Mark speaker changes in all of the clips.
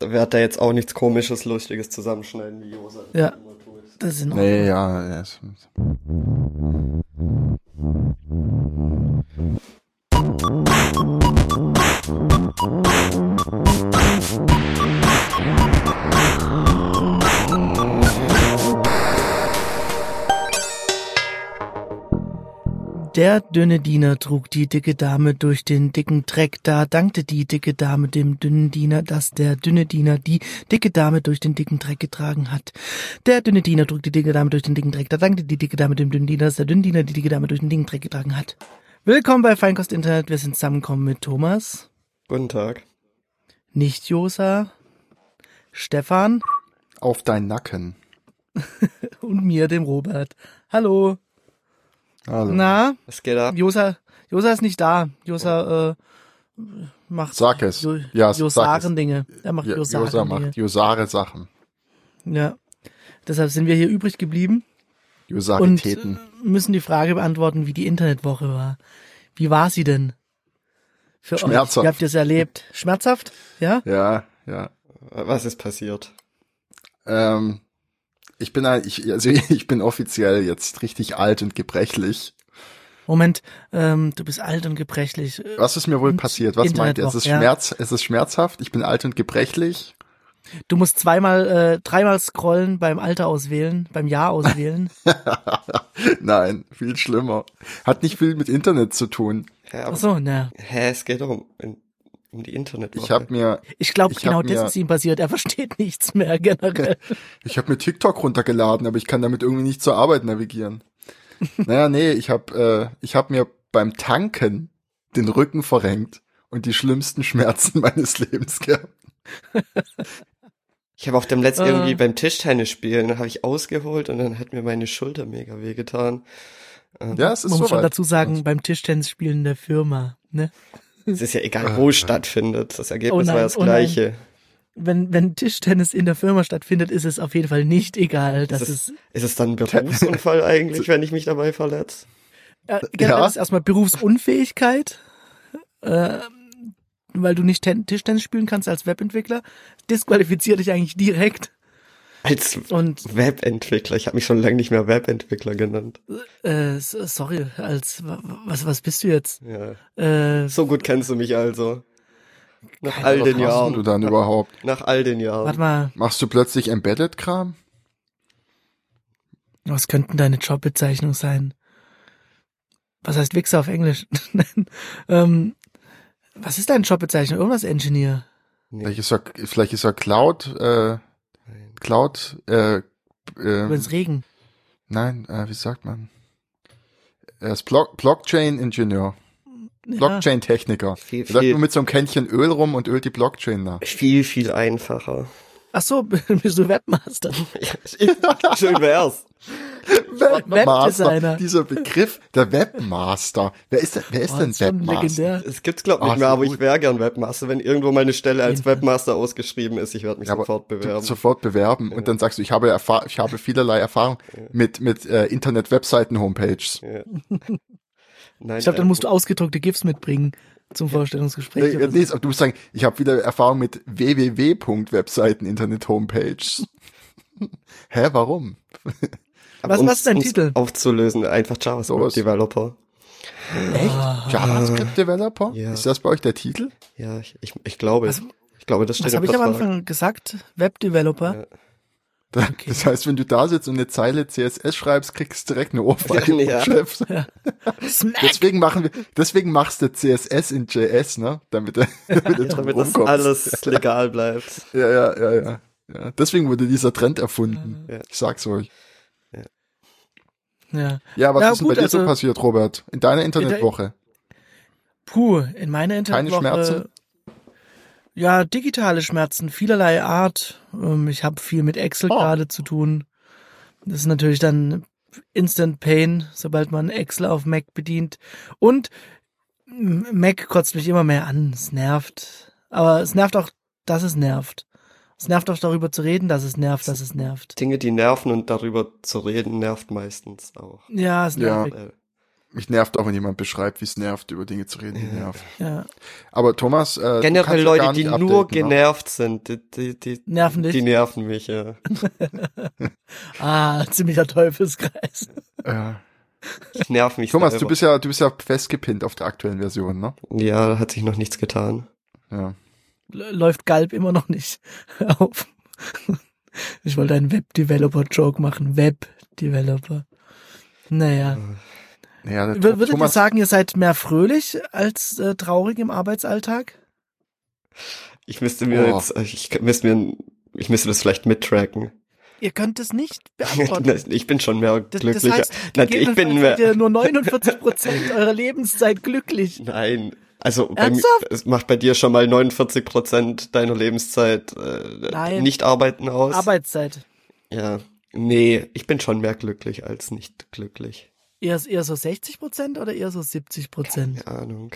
Speaker 1: wird da jetzt auch nichts komisches, lustiges zusammenschneiden, wie Jose.
Speaker 2: Ja. Das ist in Ordnung.
Speaker 3: Nee, ja, ja. ist-
Speaker 2: Der dünne Diener trug die dicke Dame durch den dicken Dreck. Da dankte die dicke Dame dem dünnen Diener, dass der dünne Diener die dicke Dame durch den dicken Dreck getragen hat. Der dünne Diener trug die dicke Dame durch den dicken Dreck. Da dankte die dicke Dame dem dünnen Diener, dass der dünne Diener die dicke Dame durch den dicken Dreck getragen hat. Willkommen bei Feinkost Internet. Wir sind zusammengekommen mit Thomas,
Speaker 1: Guten Tag.
Speaker 2: nicht Josa, Stefan
Speaker 3: Auf deinen Nacken.
Speaker 2: und mir, dem Robert. Hallo.
Speaker 3: Hallo.
Speaker 2: Na,
Speaker 1: Was geht ab?
Speaker 2: Josa, Josa ist nicht da. Josa äh, macht
Speaker 3: Sag es.
Speaker 2: Jo
Speaker 3: Ja, sag
Speaker 2: Josaren-Dinge. Er macht
Speaker 3: Ja, Josa
Speaker 2: Josaren-Dinge.
Speaker 3: macht Josare Sachen.
Speaker 2: Ja. Deshalb sind wir hier übrig geblieben und äh,
Speaker 3: Josaritäten.
Speaker 2: müssen die Frage beantworten, wie die Internetwoche war. Wie war sie denn? Für
Speaker 3: Schmerzhaft.
Speaker 2: Euch? Wie habt ihr es erlebt? Schmerzhaft? Ja?
Speaker 3: Ja, ja.
Speaker 1: Was ist passiert?
Speaker 3: Ähm, ich bin ein- ich, also ich bin offiziell jetzt richtig alt und gebrechlich.
Speaker 2: Moment, ähm, du bist alt und gebrechlich. Äh,
Speaker 3: Was ist mir wohl passiert? Was meint ihr? Es ist
Speaker 2: Internetwoche, ja.
Speaker 3: Schmerz, es ist schmerzhaft. Ich bin alt und gebrechlich.
Speaker 2: Du musst zweimal, äh, dreimal scrollen beim Alter auswählen, beim Jahr auswählen.
Speaker 3: Nein, viel schlimmer. Hat nicht viel mit Internet zu tun.
Speaker 1: Hä, aber,
Speaker 2: Ach so, na.
Speaker 1: hä es geht doch um, in- um die Internetwoche.
Speaker 3: Ich habe mir
Speaker 2: Ich glaube,
Speaker 3: Ich hab
Speaker 2: genau das
Speaker 3: mir-
Speaker 2: ist ihm passiert. Er versteht nichts mehr generell.
Speaker 3: Ich habe mir TikTok runtergeladen, aber ich kann damit irgendwie nicht zur Arbeit navigieren. Naja, nee, ich habe äh, ich hab mir beim Tanken den Rücken verrenkt und die schlimmsten Schmerzen meines Lebens gehabt.
Speaker 1: Ich habe auch dem letzten
Speaker 2: Äh.
Speaker 1: irgendwie beim Tischtennis spielen, habe ich ausgeholt und dann hat mir meine Schulter mega wehgetan.
Speaker 3: Ja, es ist
Speaker 2: Man muss schon
Speaker 3: soweit. Also
Speaker 2: dazu sagen, beim Tischtennisspielen in der Firma. Ne?
Speaker 1: Es ist ja egal, wo es stattfindet. Das Ergebnis
Speaker 2: Oh nein,
Speaker 1: war das
Speaker 2: oh nein.
Speaker 1: gleiche.
Speaker 2: Wenn, wenn Tischtennis in der Firma stattfindet, ist es auf jeden Fall nicht egal. Das
Speaker 1: Das
Speaker 2: ist,
Speaker 1: Ist es dann ein Berufsunfall eigentlich, wenn ich mich dabei verletze?
Speaker 2: äh, generell
Speaker 3: Ja.
Speaker 2: ist erstmal Berufsunfähigkeit, äh, weil du nicht Ten Tischtennis spielen kannst als Webentwickler. Disqualifiziert dich eigentlich direkt.
Speaker 1: Als
Speaker 2: Und
Speaker 1: Webentwickler. Ich habe mich schon lange nicht mehr Webentwickler genannt.
Speaker 2: äh, s- sorry, als wa- was, was bist du jetzt?
Speaker 1: Ja.
Speaker 2: Äh,
Speaker 1: So gut kennst du mich also. Nach all
Speaker 3: Was
Speaker 1: den
Speaker 3: machst du
Speaker 1: Jahren.
Speaker 3: dann überhaupt?
Speaker 1: Nach all den
Speaker 2: warte
Speaker 1: Jahren.
Speaker 2: mal,
Speaker 3: Machst du plötzlich Embedded-Kram?
Speaker 2: was könnten deine Jobbezeichnung sein? Was heißt Wichser auf Englisch? Nein. ähm, was ist deine Jobbezeichnung? Irgendwas Engineer.
Speaker 3: Vielleicht ist er, vielleicht ist er Cloud, äh, Cloud, äh, äh,
Speaker 2: Wenn es Regen.
Speaker 3: nein, äh, wie sagt man? Er ist Block Blockchain-Ingenieur,
Speaker 2: Ja.
Speaker 3: Blockchain-Techniker.
Speaker 1: Viel,
Speaker 3: Er läuft
Speaker 1: viel-
Speaker 3: nur mit so einem Kännchen Öl rum und ölt die Blockchain nach.
Speaker 1: Viel, viel einfacher.
Speaker 2: Ach so, bist du Webmaster?
Speaker 1: Schön wär's.
Speaker 2: Webdesigner.
Speaker 3: Dieser Begriff, der Webmaster. Wer ist, denn- wer ist
Speaker 2: Boah,
Speaker 3: denn
Speaker 2: Oh, das schon
Speaker 3: Webmaster?
Speaker 2: legendär.
Speaker 1: Es gibt's glaub
Speaker 3: Ah,
Speaker 1: nicht
Speaker 3: ist
Speaker 1: mehr,
Speaker 3: ja
Speaker 1: aber ich
Speaker 3: gut.
Speaker 1: wäre gern Webmaster. Wenn irgendwo mal eine Stelle als Webmaster ausgeschrieben ist, ich werde mich
Speaker 3: Ja, aber
Speaker 1: sofort
Speaker 3: du-
Speaker 1: bewerben.
Speaker 3: Sofort bewerben. Und dann sagst du, ich habe, erfahr ich habe vielerlei Erfahrung mit, mit äh, Internet-Webseiten-Homepages.
Speaker 1: Ja. Nein,
Speaker 2: Ich glaube, dann
Speaker 1: äh,
Speaker 2: musst du ausgedruckte GIFs mitbringen zum Vorstellungsgespräch.
Speaker 3: Nee,
Speaker 2: oder so.
Speaker 3: nee, aber du musst sagen, ich habe wieder Erfahrung mit www.webseiten-internet-homepages. Hä, warum?
Speaker 2: was-
Speaker 1: um
Speaker 2: was ist dein
Speaker 1: uns
Speaker 2: Titel?
Speaker 1: Aufzulösen, einfach
Speaker 3: Sowas.
Speaker 1: JavaScript-Developer.
Speaker 2: Ah.
Speaker 3: Echt? JavaScript-Developer?
Speaker 1: Ja.
Speaker 3: Ist das bei euch der Titel?
Speaker 1: Ja, ich, ich, ich glaube. ich glaube, das steht
Speaker 2: Was
Speaker 1: im
Speaker 2: habe ich am
Speaker 1: Vertrag.
Speaker 2: Anfang gesagt? Webdeveloper?
Speaker 3: Das heißt, wenn du da sitzt und eine Zeile CSS schreibst, kriegst du direkt eine Ohrfeige vom
Speaker 1: Ja.
Speaker 3: Chef.
Speaker 2: Smack!
Speaker 3: Deswegen machen wir, deswegen machst du CSS in JS, ne? Damit, du- damit, du drum
Speaker 1: Damit das
Speaker 3: rumkommst.
Speaker 1: alles legal bleibt.
Speaker 3: Ja, ja, ja, ja, ja. Deswegen wurde dieser Trend erfunden.
Speaker 1: Ja.
Speaker 3: Ich sag's euch.
Speaker 2: Ja.
Speaker 3: Ja, was
Speaker 2: Na
Speaker 3: ist denn bei
Speaker 2: gut,
Speaker 3: dir so
Speaker 2: also-
Speaker 3: passiert, Robert? In deiner Internetwoche?
Speaker 2: Puh, in meiner
Speaker 3: Keine
Speaker 2: Internetwoche...
Speaker 3: Schmerzen?
Speaker 2: Ja, digitale Schmerzen vielerlei Art. Ähm, Ich habe viel mit Excel
Speaker 3: Oh.
Speaker 2: gerade zu tun. Das ist natürlich dann Instant Pain, sobald man Excel auf Mac bedient. Und M- Mac kotzt mich immer mehr an. Es nervt. Aber es nervt auch, dass es nervt. Es nervt auch darüber zu reden, dass es nervt, dass es nervt.
Speaker 1: Dinge, die nerven und darüber zu reden, nervt meistens auch.
Speaker 2: Ja, es
Speaker 3: Ja.
Speaker 2: nervt.
Speaker 1: Äh,
Speaker 3: Mich nervt auch, wenn jemand beschreibt, wie es nervt, über Dinge zu reden, die
Speaker 1: Ja.
Speaker 3: nerven.
Speaker 2: Ja.
Speaker 3: Aber Thomas, äh, du kannst
Speaker 1: Generell
Speaker 3: ja gar
Speaker 1: Leute,
Speaker 3: nicht
Speaker 1: die
Speaker 3: updaten,
Speaker 1: nur
Speaker 3: ne?
Speaker 1: genervt sind, die, die, die,
Speaker 2: Nerven dich.
Speaker 1: die nerven mich, ja.
Speaker 2: Ah, ziemlicher Teufelskreis.
Speaker 3: Äh,
Speaker 1: Ich nerv mich
Speaker 3: Thomas, du
Speaker 1: selber.
Speaker 3: bist ja, du bist ja festgepinnt auf der aktuellen Version, ne?
Speaker 1: Ja, da hat sich noch nichts getan.
Speaker 3: Ja.
Speaker 2: L- Läuft Galb immer noch nicht auf. Ich wollte einen Web-Developer-Joke machen. Web-Developer. Naja.
Speaker 1: Äh,
Speaker 3: Naja, der
Speaker 2: W-
Speaker 3: Tho-
Speaker 2: Würdet ihr
Speaker 3: Thomas,
Speaker 2: sagen, ihr seid mehr fröhlich als äh, traurig im Arbeitsalltag?
Speaker 1: Ich müsste mir
Speaker 3: Oh.
Speaker 1: jetzt, äh, ich müsste mir, ich müsste das vielleicht mittracken.
Speaker 2: Ihr könnt es nicht beantworten.
Speaker 1: ich bin schon mehr
Speaker 2: Das, das
Speaker 1: glücklicher.
Speaker 2: heißt,
Speaker 1: Na, ich
Speaker 2: gegebenenfalls
Speaker 1: bin
Speaker 2: seid
Speaker 1: mehr,
Speaker 2: ihr nur 49 Prozent eurer Lebenszeit glücklich.
Speaker 1: nein. Also, bei, mir-
Speaker 2: Ernsthaft?
Speaker 1: es macht bei dir schon mal 49 Prozent deiner Lebenszeit äh,
Speaker 2: Nein.
Speaker 1: nicht arbeiten aus.
Speaker 2: Arbeitszeit.
Speaker 1: ja. Nee, ich bin schon mehr glücklich als nicht glücklich.
Speaker 2: Eher, eher so 60 Prozent oder eher so 70 Prozent?
Speaker 1: Keine Ahnung.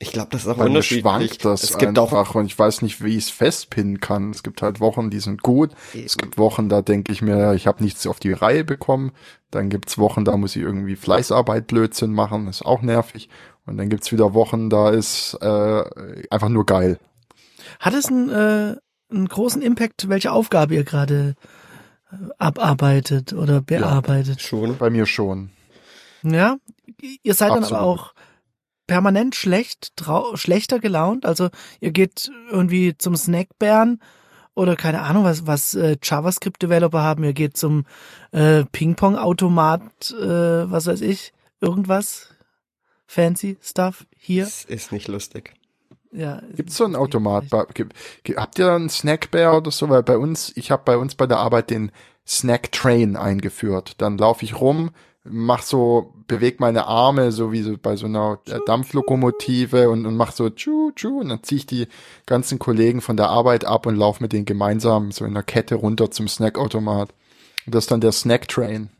Speaker 1: Ich glaube, das ist auch
Speaker 3: bei mir
Speaker 1: unterschiedlich.
Speaker 3: schwankt das
Speaker 1: es gibt auch
Speaker 3: einfach und ich weiß nicht, wie ich es festpinnen kann. Es gibt halt Wochen, die sind gut. Es gibt Wochen, da denke ich mir, ich habe nichts auf die Reihe bekommen. Dann gibt's Wochen, da muss ich irgendwie Fleißarbeit Blödsinn machen, ist auch nervig. Und dann gibt's wieder Wochen, da ist äh, einfach nur geil.
Speaker 2: Hat es einen, äh, einen großen Impact, welche Aufgabe ihr gerade äh, abarbeitet oder bearbeitet?
Speaker 1: schon.
Speaker 3: Bei mir schon.
Speaker 2: Ja, ihr seid dann
Speaker 3: Absolut.
Speaker 2: aber auch permanent schlecht, trau schlechter gelaunt. Also ihr geht irgendwie zum Snackbären oder keine Ahnung, was, was äh, JavaScript-Developer haben. Ihr geht zum äh, Ping-Pong-Automat, äh, was weiß ich, irgendwas. Fancy Stuff hier.
Speaker 1: Es ist nicht lustig.
Speaker 2: Ja,
Speaker 3: Gibt's so einen Automat? Bei, gibt, gibt, habt ihr einen Snackbar oder so? Weil bei uns, ich habe bei uns bei der Arbeit den Snack Train eingeführt. Dann laufe ich rum, mach so, beweg meine Arme so wie so bei so einer äh, Dampflokomotive und, und mach so tschu tschu und dann zieh ich die ganzen Kollegen von der Arbeit ab und laufe mit denen gemeinsam so in der Kette runter zum Snackautomat. Und das ist dann der Snack Train.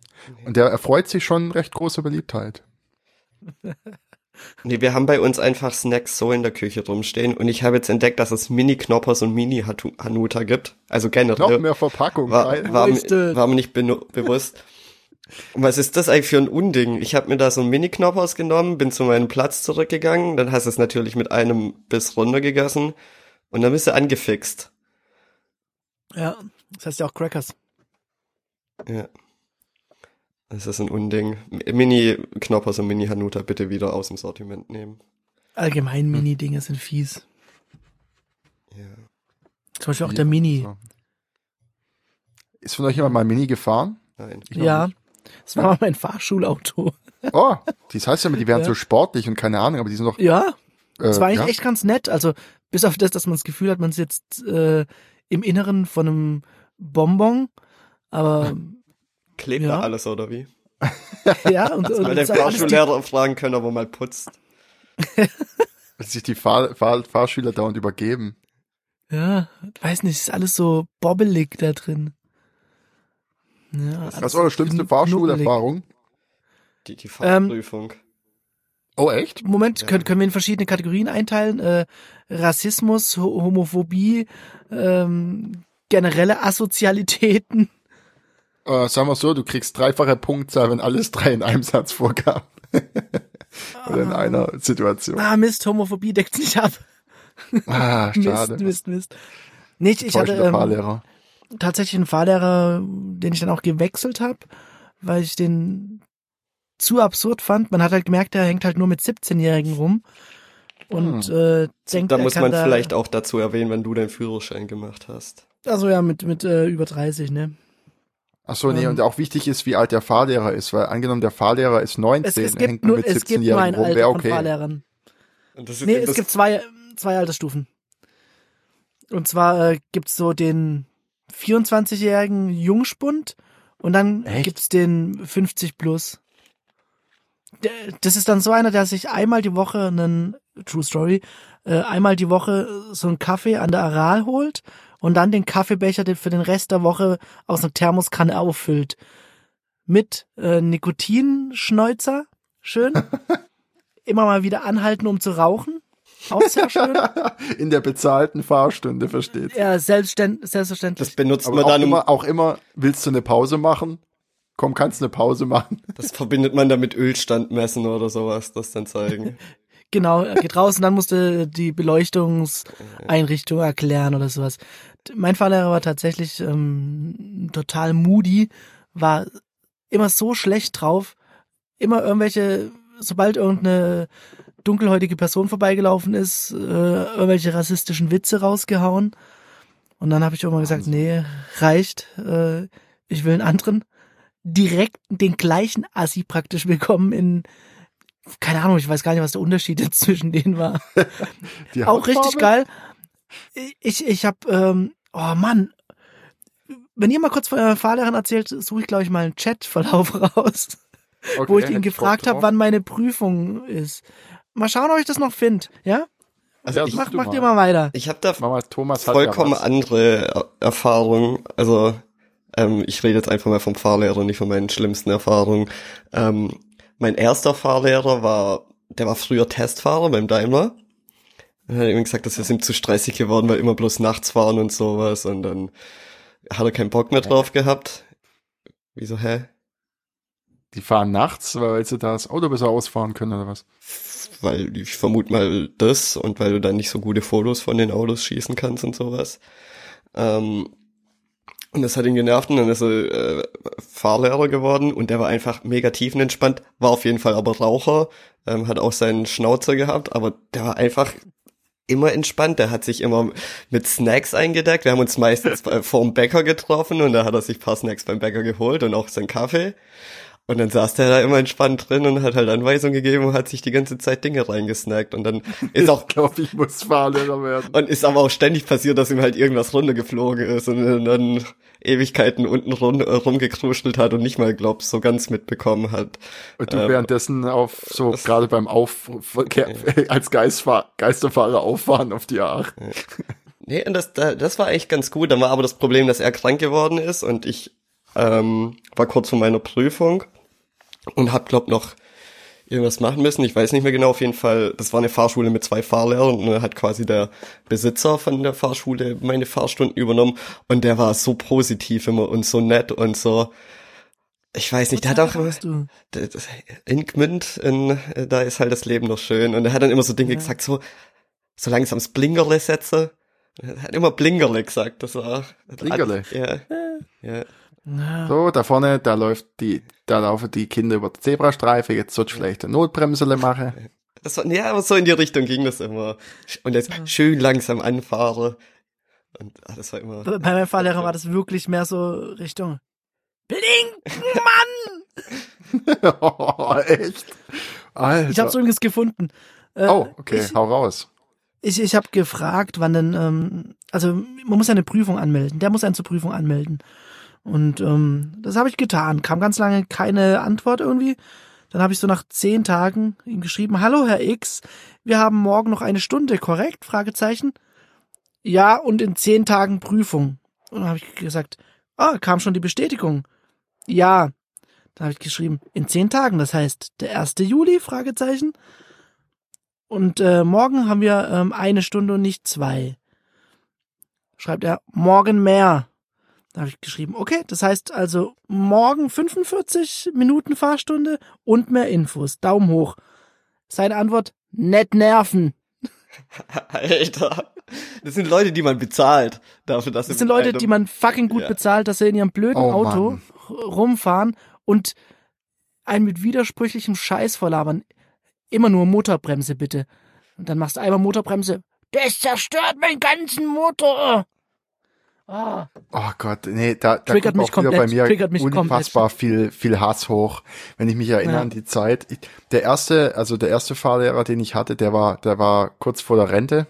Speaker 3: Und der erfreut sich schon recht großer Beliebtheit.
Speaker 1: Nee, wir haben bei uns einfach Snacks so in der Küche rumstehen und ich habe jetzt entdeckt, dass es Mini-Knoppers und Mini-Hanuta gibt. Also
Speaker 3: Noch
Speaker 1: generell.
Speaker 3: mehr Verpackung. geil.
Speaker 1: War, war, mir-
Speaker 2: Wasted.
Speaker 1: war mir nicht benu- bewusst. Und was ist das eigentlich für ein Unding? Ich habe mir da so einen Mini-Knoppers genommen, bin zu meinem Platz zurückgegangen, dann hast du es natürlich mit einem Biss runtergegessen und dann bist du angefixt.
Speaker 2: Ja, das heißt ja auch Crackers.
Speaker 1: Ja. Das ist ein Unding. M- Mini-Knoppers und Mini-Hanuta bitte wieder aus dem Sortiment nehmen.
Speaker 3: Hm.
Speaker 2: Allgemein Mini-Dinge sind fies.
Speaker 1: Ja.
Speaker 2: Zum Beispiel auch
Speaker 3: Ja,
Speaker 2: der Mini.
Speaker 3: so. Ist von euch jemand mal Mini gefahren?
Speaker 1: Nein.
Speaker 3: Ich noch
Speaker 2: Ja, das war mal mein Fahrschulauto.
Speaker 3: Oh, das heißt ja immer, die werden
Speaker 2: Ja.
Speaker 3: so sportlich und keine Ahnung, aber die sind doch.
Speaker 2: Ja,
Speaker 3: Äh,
Speaker 2: das war eigentlich
Speaker 3: ja.
Speaker 2: echt ganz nett. Also bis auf das, dass man das Gefühl hat, man sitzt äh, im Inneren von einem Bonbon. Aber
Speaker 1: Klebt
Speaker 2: Ja.
Speaker 1: da alles oder wie?
Speaker 2: ja, und, und
Speaker 1: Mal den
Speaker 2: es hat alles die-
Speaker 1: Fahrschullehrer fragen können, ob er mal putzt.
Speaker 3: Dass sich die Fahr Fahr Fahrschüler dauernd übergeben.
Speaker 2: ja, weiß nicht, ist alles so bobbelig da drin. Ja,
Speaker 3: Was war eure schlimmste
Speaker 2: kn- knubbelig.
Speaker 3: Fahrschulerfahrung?
Speaker 1: Die,
Speaker 2: Ähm,
Speaker 1: die Fahrprüfung.
Speaker 3: Oh, echt?
Speaker 2: Moment, können, können wir in verschiedene Kategorien einteilen? Äh, Rassismus, Ho Homophobie, ähm, generelle Asozialitäten.
Speaker 3: Äh, sagen wir so, du kriegst dreifache Punktzahl, wenn alles drei in einem Satz vorkam. Oder in einer Situation.
Speaker 2: Ah, Mist, Homophobie deckt's nicht ab.
Speaker 3: Ah, schade.
Speaker 2: Mist, Mist, Mist. Nicht, ich hatte
Speaker 3: Täuschender
Speaker 2: ähm,
Speaker 3: Fahrlehrer.
Speaker 2: tatsächlich einen Fahrlehrer, den ich dann auch gewechselt habe, weil ich den zu absurd fand. Man hat halt gemerkt, der hängt halt nur mit 17-Jährigen rum
Speaker 3: Ah.
Speaker 2: und äh, denkt,
Speaker 1: Da
Speaker 2: er
Speaker 1: muss
Speaker 2: kann
Speaker 1: man
Speaker 2: da,
Speaker 1: vielleicht auch dazu erwähnen, wenn du deinen Führerschein gemacht hast.
Speaker 2: Also ja, mit mit äh, über 30, ne?
Speaker 3: Ach so, nee,
Speaker 2: ähm,
Speaker 3: und auch wichtig ist, wie alt der Fahrlehrer ist, weil angenommen der Fahrlehrer ist 19,
Speaker 2: Es, es
Speaker 3: er
Speaker 2: gibt
Speaker 3: hängt
Speaker 2: nur
Speaker 3: mit
Speaker 2: es gibt nur
Speaker 3: 17-Jährigen
Speaker 2: ein
Speaker 3: rum,
Speaker 2: Alter
Speaker 3: wäre
Speaker 2: von
Speaker 3: okay.
Speaker 2: Fahrlehrern.
Speaker 1: Und das ist
Speaker 2: Nee,
Speaker 1: eben
Speaker 2: es
Speaker 1: das,
Speaker 2: gibt zwei zwei Altersstufen. Und zwar äh, gibt's so den 24-jährigen Jungspund und dann
Speaker 3: Echt?
Speaker 2: gibt's den 50 plus. Der- Das ist dann so einer, der sich einmal die Woche einen True Story, äh, einmal die Woche so einen Kaffee an der Aral holt und dann den Kaffeebecher den für den Rest der Woche aus einer Thermoskanne auffüllt. Mit äh, Nikotinschneuzer, schön. Immer mal wieder anhalten, um zu rauchen. Auch sehr schön.
Speaker 3: In der bezahlten Fahrstunde, versteht
Speaker 2: Ja, selbstständ- selbstverständlich.
Speaker 1: das benutzt
Speaker 3: Aber
Speaker 1: man
Speaker 3: auch
Speaker 1: dann, um,
Speaker 3: immer, auch immer, willst du eine Pause machen? komm, kannst eine Pause machen.
Speaker 1: Das verbindet man dann mit Ölstand messen oder sowas, das dann zeigen.
Speaker 2: Genau, er geht raus und dann musste die Beleuchtungseinrichtung erklären oder sowas. Mein Fahrlehrer war tatsächlich ähm, total moody, war immer so schlecht drauf, immer irgendwelche, sobald irgendeine dunkelhäutige Person vorbeigelaufen ist, äh, irgendwelche rassistischen Witze rausgehauen. Und dann habe ich irgendwann gesagt, nee, reicht, äh, ich will einen anderen. Direkt den gleichen Assi praktisch bekommen in, keine Ahnung, ich weiß gar nicht, was der Unterschied jetzt zwischen denen war.
Speaker 3: Die
Speaker 2: Auch richtig
Speaker 3: Hautfarbe?
Speaker 2: geil. Ich, ich habe, ähm, oh Mann, wenn ihr mal kurz von eurer Fahrlehrerin erzählt, suche ich, glaube ich, mal einen Chatverlauf raus
Speaker 3: Okay,
Speaker 2: wo ich
Speaker 3: hätte
Speaker 2: ihn
Speaker 3: Bock
Speaker 2: gefragt habe,
Speaker 3: drauf.
Speaker 2: wann meine Prüfung ist. Mal schauen, ob ich das noch finde. Ja?
Speaker 1: Also
Speaker 3: Ja,
Speaker 1: ich,
Speaker 2: Mach,
Speaker 3: du
Speaker 2: macht
Speaker 3: mal.
Speaker 2: ihr mal weiter.
Speaker 1: ich habe da
Speaker 3: Mama Thomas hat
Speaker 1: vollkommen
Speaker 3: ja was.
Speaker 1: andere Er- Erfahrungen. Also ähm, ich rede jetzt einfach mal vom Fahrlehrer, nicht von meinen schlimmsten Erfahrungen. Ähm, mein erster Fahrlehrer war, der war früher Testfahrer beim Daimler. Er hat irgendwie gesagt, das ist ihm zu stressig geworden, weil immer bloß nachts fahren und sowas. Und dann hat er keinen Bock mehr
Speaker 3: Hä?
Speaker 1: drauf gehabt. Wieso, hä?
Speaker 3: Die fahren nachts, weil sie da das Auto besser ausfahren können oder was?
Speaker 1: weil ich vermute mal das und weil du dann nicht so gute Fotos von den Autos schießen kannst und sowas. Ähm, und das hat ihn genervt und dann ist er äh, Fahrlehrer geworden und der war einfach mega tiefenentspannt, war auf jeden Fall aber Raucher, ähm, hat auch seinen Schnauzer gehabt, aber der war einfach immer entspannt, der hat sich immer mit Snacks eingedeckt, wir haben uns meistens äh, vorm Bäcker getroffen und da hat er sich ein paar Snacks beim Bäcker geholt und auch seinen Kaffee. Und dann saß der da immer entspannt drin und hat halt Anweisungen gegeben und hat sich die ganze Zeit Dinge reingesnackt. Und dann ist auch,
Speaker 3: Ich glaube, ich muss Fahrlehrer werden.
Speaker 1: und ist aber auch ständig passiert, dass ihm halt irgendwas runtergeflogen ist und dann Ewigkeiten unten run, äh, rumgekruschelt hat und nicht mal, glaub, so ganz mitbekommen hat.
Speaker 3: Und du
Speaker 1: Ähm,
Speaker 3: währenddessen auf so gerade beim Auf Verkehr, als Geistfahr Geisterfahrer auffahren auf die A8.
Speaker 1: Nee, und das, da- das war eigentlich ganz gut. Dann war aber das Problem, dass er krank geworden ist und ich ähm, war kurz vor meiner Prüfung und hab, glaub, noch irgendwas machen müssen. Ich weiß nicht mehr genau, auf jeden Fall, das war eine Fahrschule mit zwei Fahrlehrern und dann hat quasi der Besitzer von der Fahrschule meine Fahrstunden übernommen und der war so positiv immer und so nett und so. Ich weiß nicht, der hat auch immer,
Speaker 2: Hast du?
Speaker 1: das- das- in Gmünd, in, äh, da ist halt das Leben noch schön. Und er hat dann immer so Dinge
Speaker 2: Ja.
Speaker 1: gesagt, so, so langsam das Blingerle setze. Er hat immer Blingerle gesagt, das war.
Speaker 3: Blingerle?
Speaker 1: Ja. ja.
Speaker 2: Ja.
Speaker 3: So, da vorne, da läuft die, da laufen die Kinder über die Zebrastreife, jetzt sollst du vielleicht eine Notbremsele machen.
Speaker 1: Das war, ja, aber so in die Richtung ging das immer. Und jetzt schön langsam anfahre. Und ah, das war immer.
Speaker 2: Bei meinem Fahrlehrer war das wirklich mehr so Richtung Blinken, Mann!
Speaker 3: oh, echt? Alter.
Speaker 2: Ich hab's übrigens gefunden. Äh,
Speaker 3: Also- oh, okay,
Speaker 2: Ich,
Speaker 3: hau raus.
Speaker 2: ich, ich habe gefragt, wann denn, ähm, also man muss ja eine Prüfung anmelden, der muss einen zur Prüfung anmelden. Und ähm, das habe ich getan, kam ganz lange keine Antwort irgendwie. Dann habe ich so nach zehn Tagen ihm geschrieben, hallo Herr X, wir haben morgen noch eine Stunde, korrekt? Fragezeichen. Ja, und in zehn Tagen Prüfung. Und dann habe ich gesagt, ah, kam schon die Bestätigung. Ja. Dann habe ich geschrieben, in zehn Tagen, das heißt der 1. Juli, Fragezeichen. Und äh, morgen haben wir ähm, eine Stunde und nicht zwei. Schreibt er, morgen mehr. Da habe ich geschrieben, okay, das heißt also morgen 45 Minuten Fahrstunde und mehr Infos. Daumen hoch. Seine Antwort, nett nerven.
Speaker 1: Alter. Das sind Leute, die man bezahlt. Dafür, dass
Speaker 2: Das
Speaker 1: sie
Speaker 2: sind
Speaker 1: mit
Speaker 2: Leute,
Speaker 1: einem-
Speaker 2: die man fucking gut
Speaker 1: Ja.
Speaker 2: bezahlt, dass sie in ihrem blöden
Speaker 3: Oh,
Speaker 2: Auto
Speaker 3: Mann.
Speaker 2: rumfahren und einen mit widersprüchlichem Scheiß verlabern. Immer nur Motorbremse, bitte. Und dann machst du einmal Motorbremse. Das zerstört meinen ganzen Motor. Ah,
Speaker 3: Oh Gott, nee, da, da
Speaker 2: Triggert
Speaker 3: kommt
Speaker 2: mich
Speaker 3: auch wieder bei
Speaker 2: komplett,
Speaker 3: mir
Speaker 2: triggert mich
Speaker 3: unfassbar viel, viel Hass hoch, wenn ich mich erinnere
Speaker 2: Ja.
Speaker 3: an die Zeit. Ich, der erste, also der erste Fahrlehrer, den ich hatte, der war, der war kurz vor der Rente.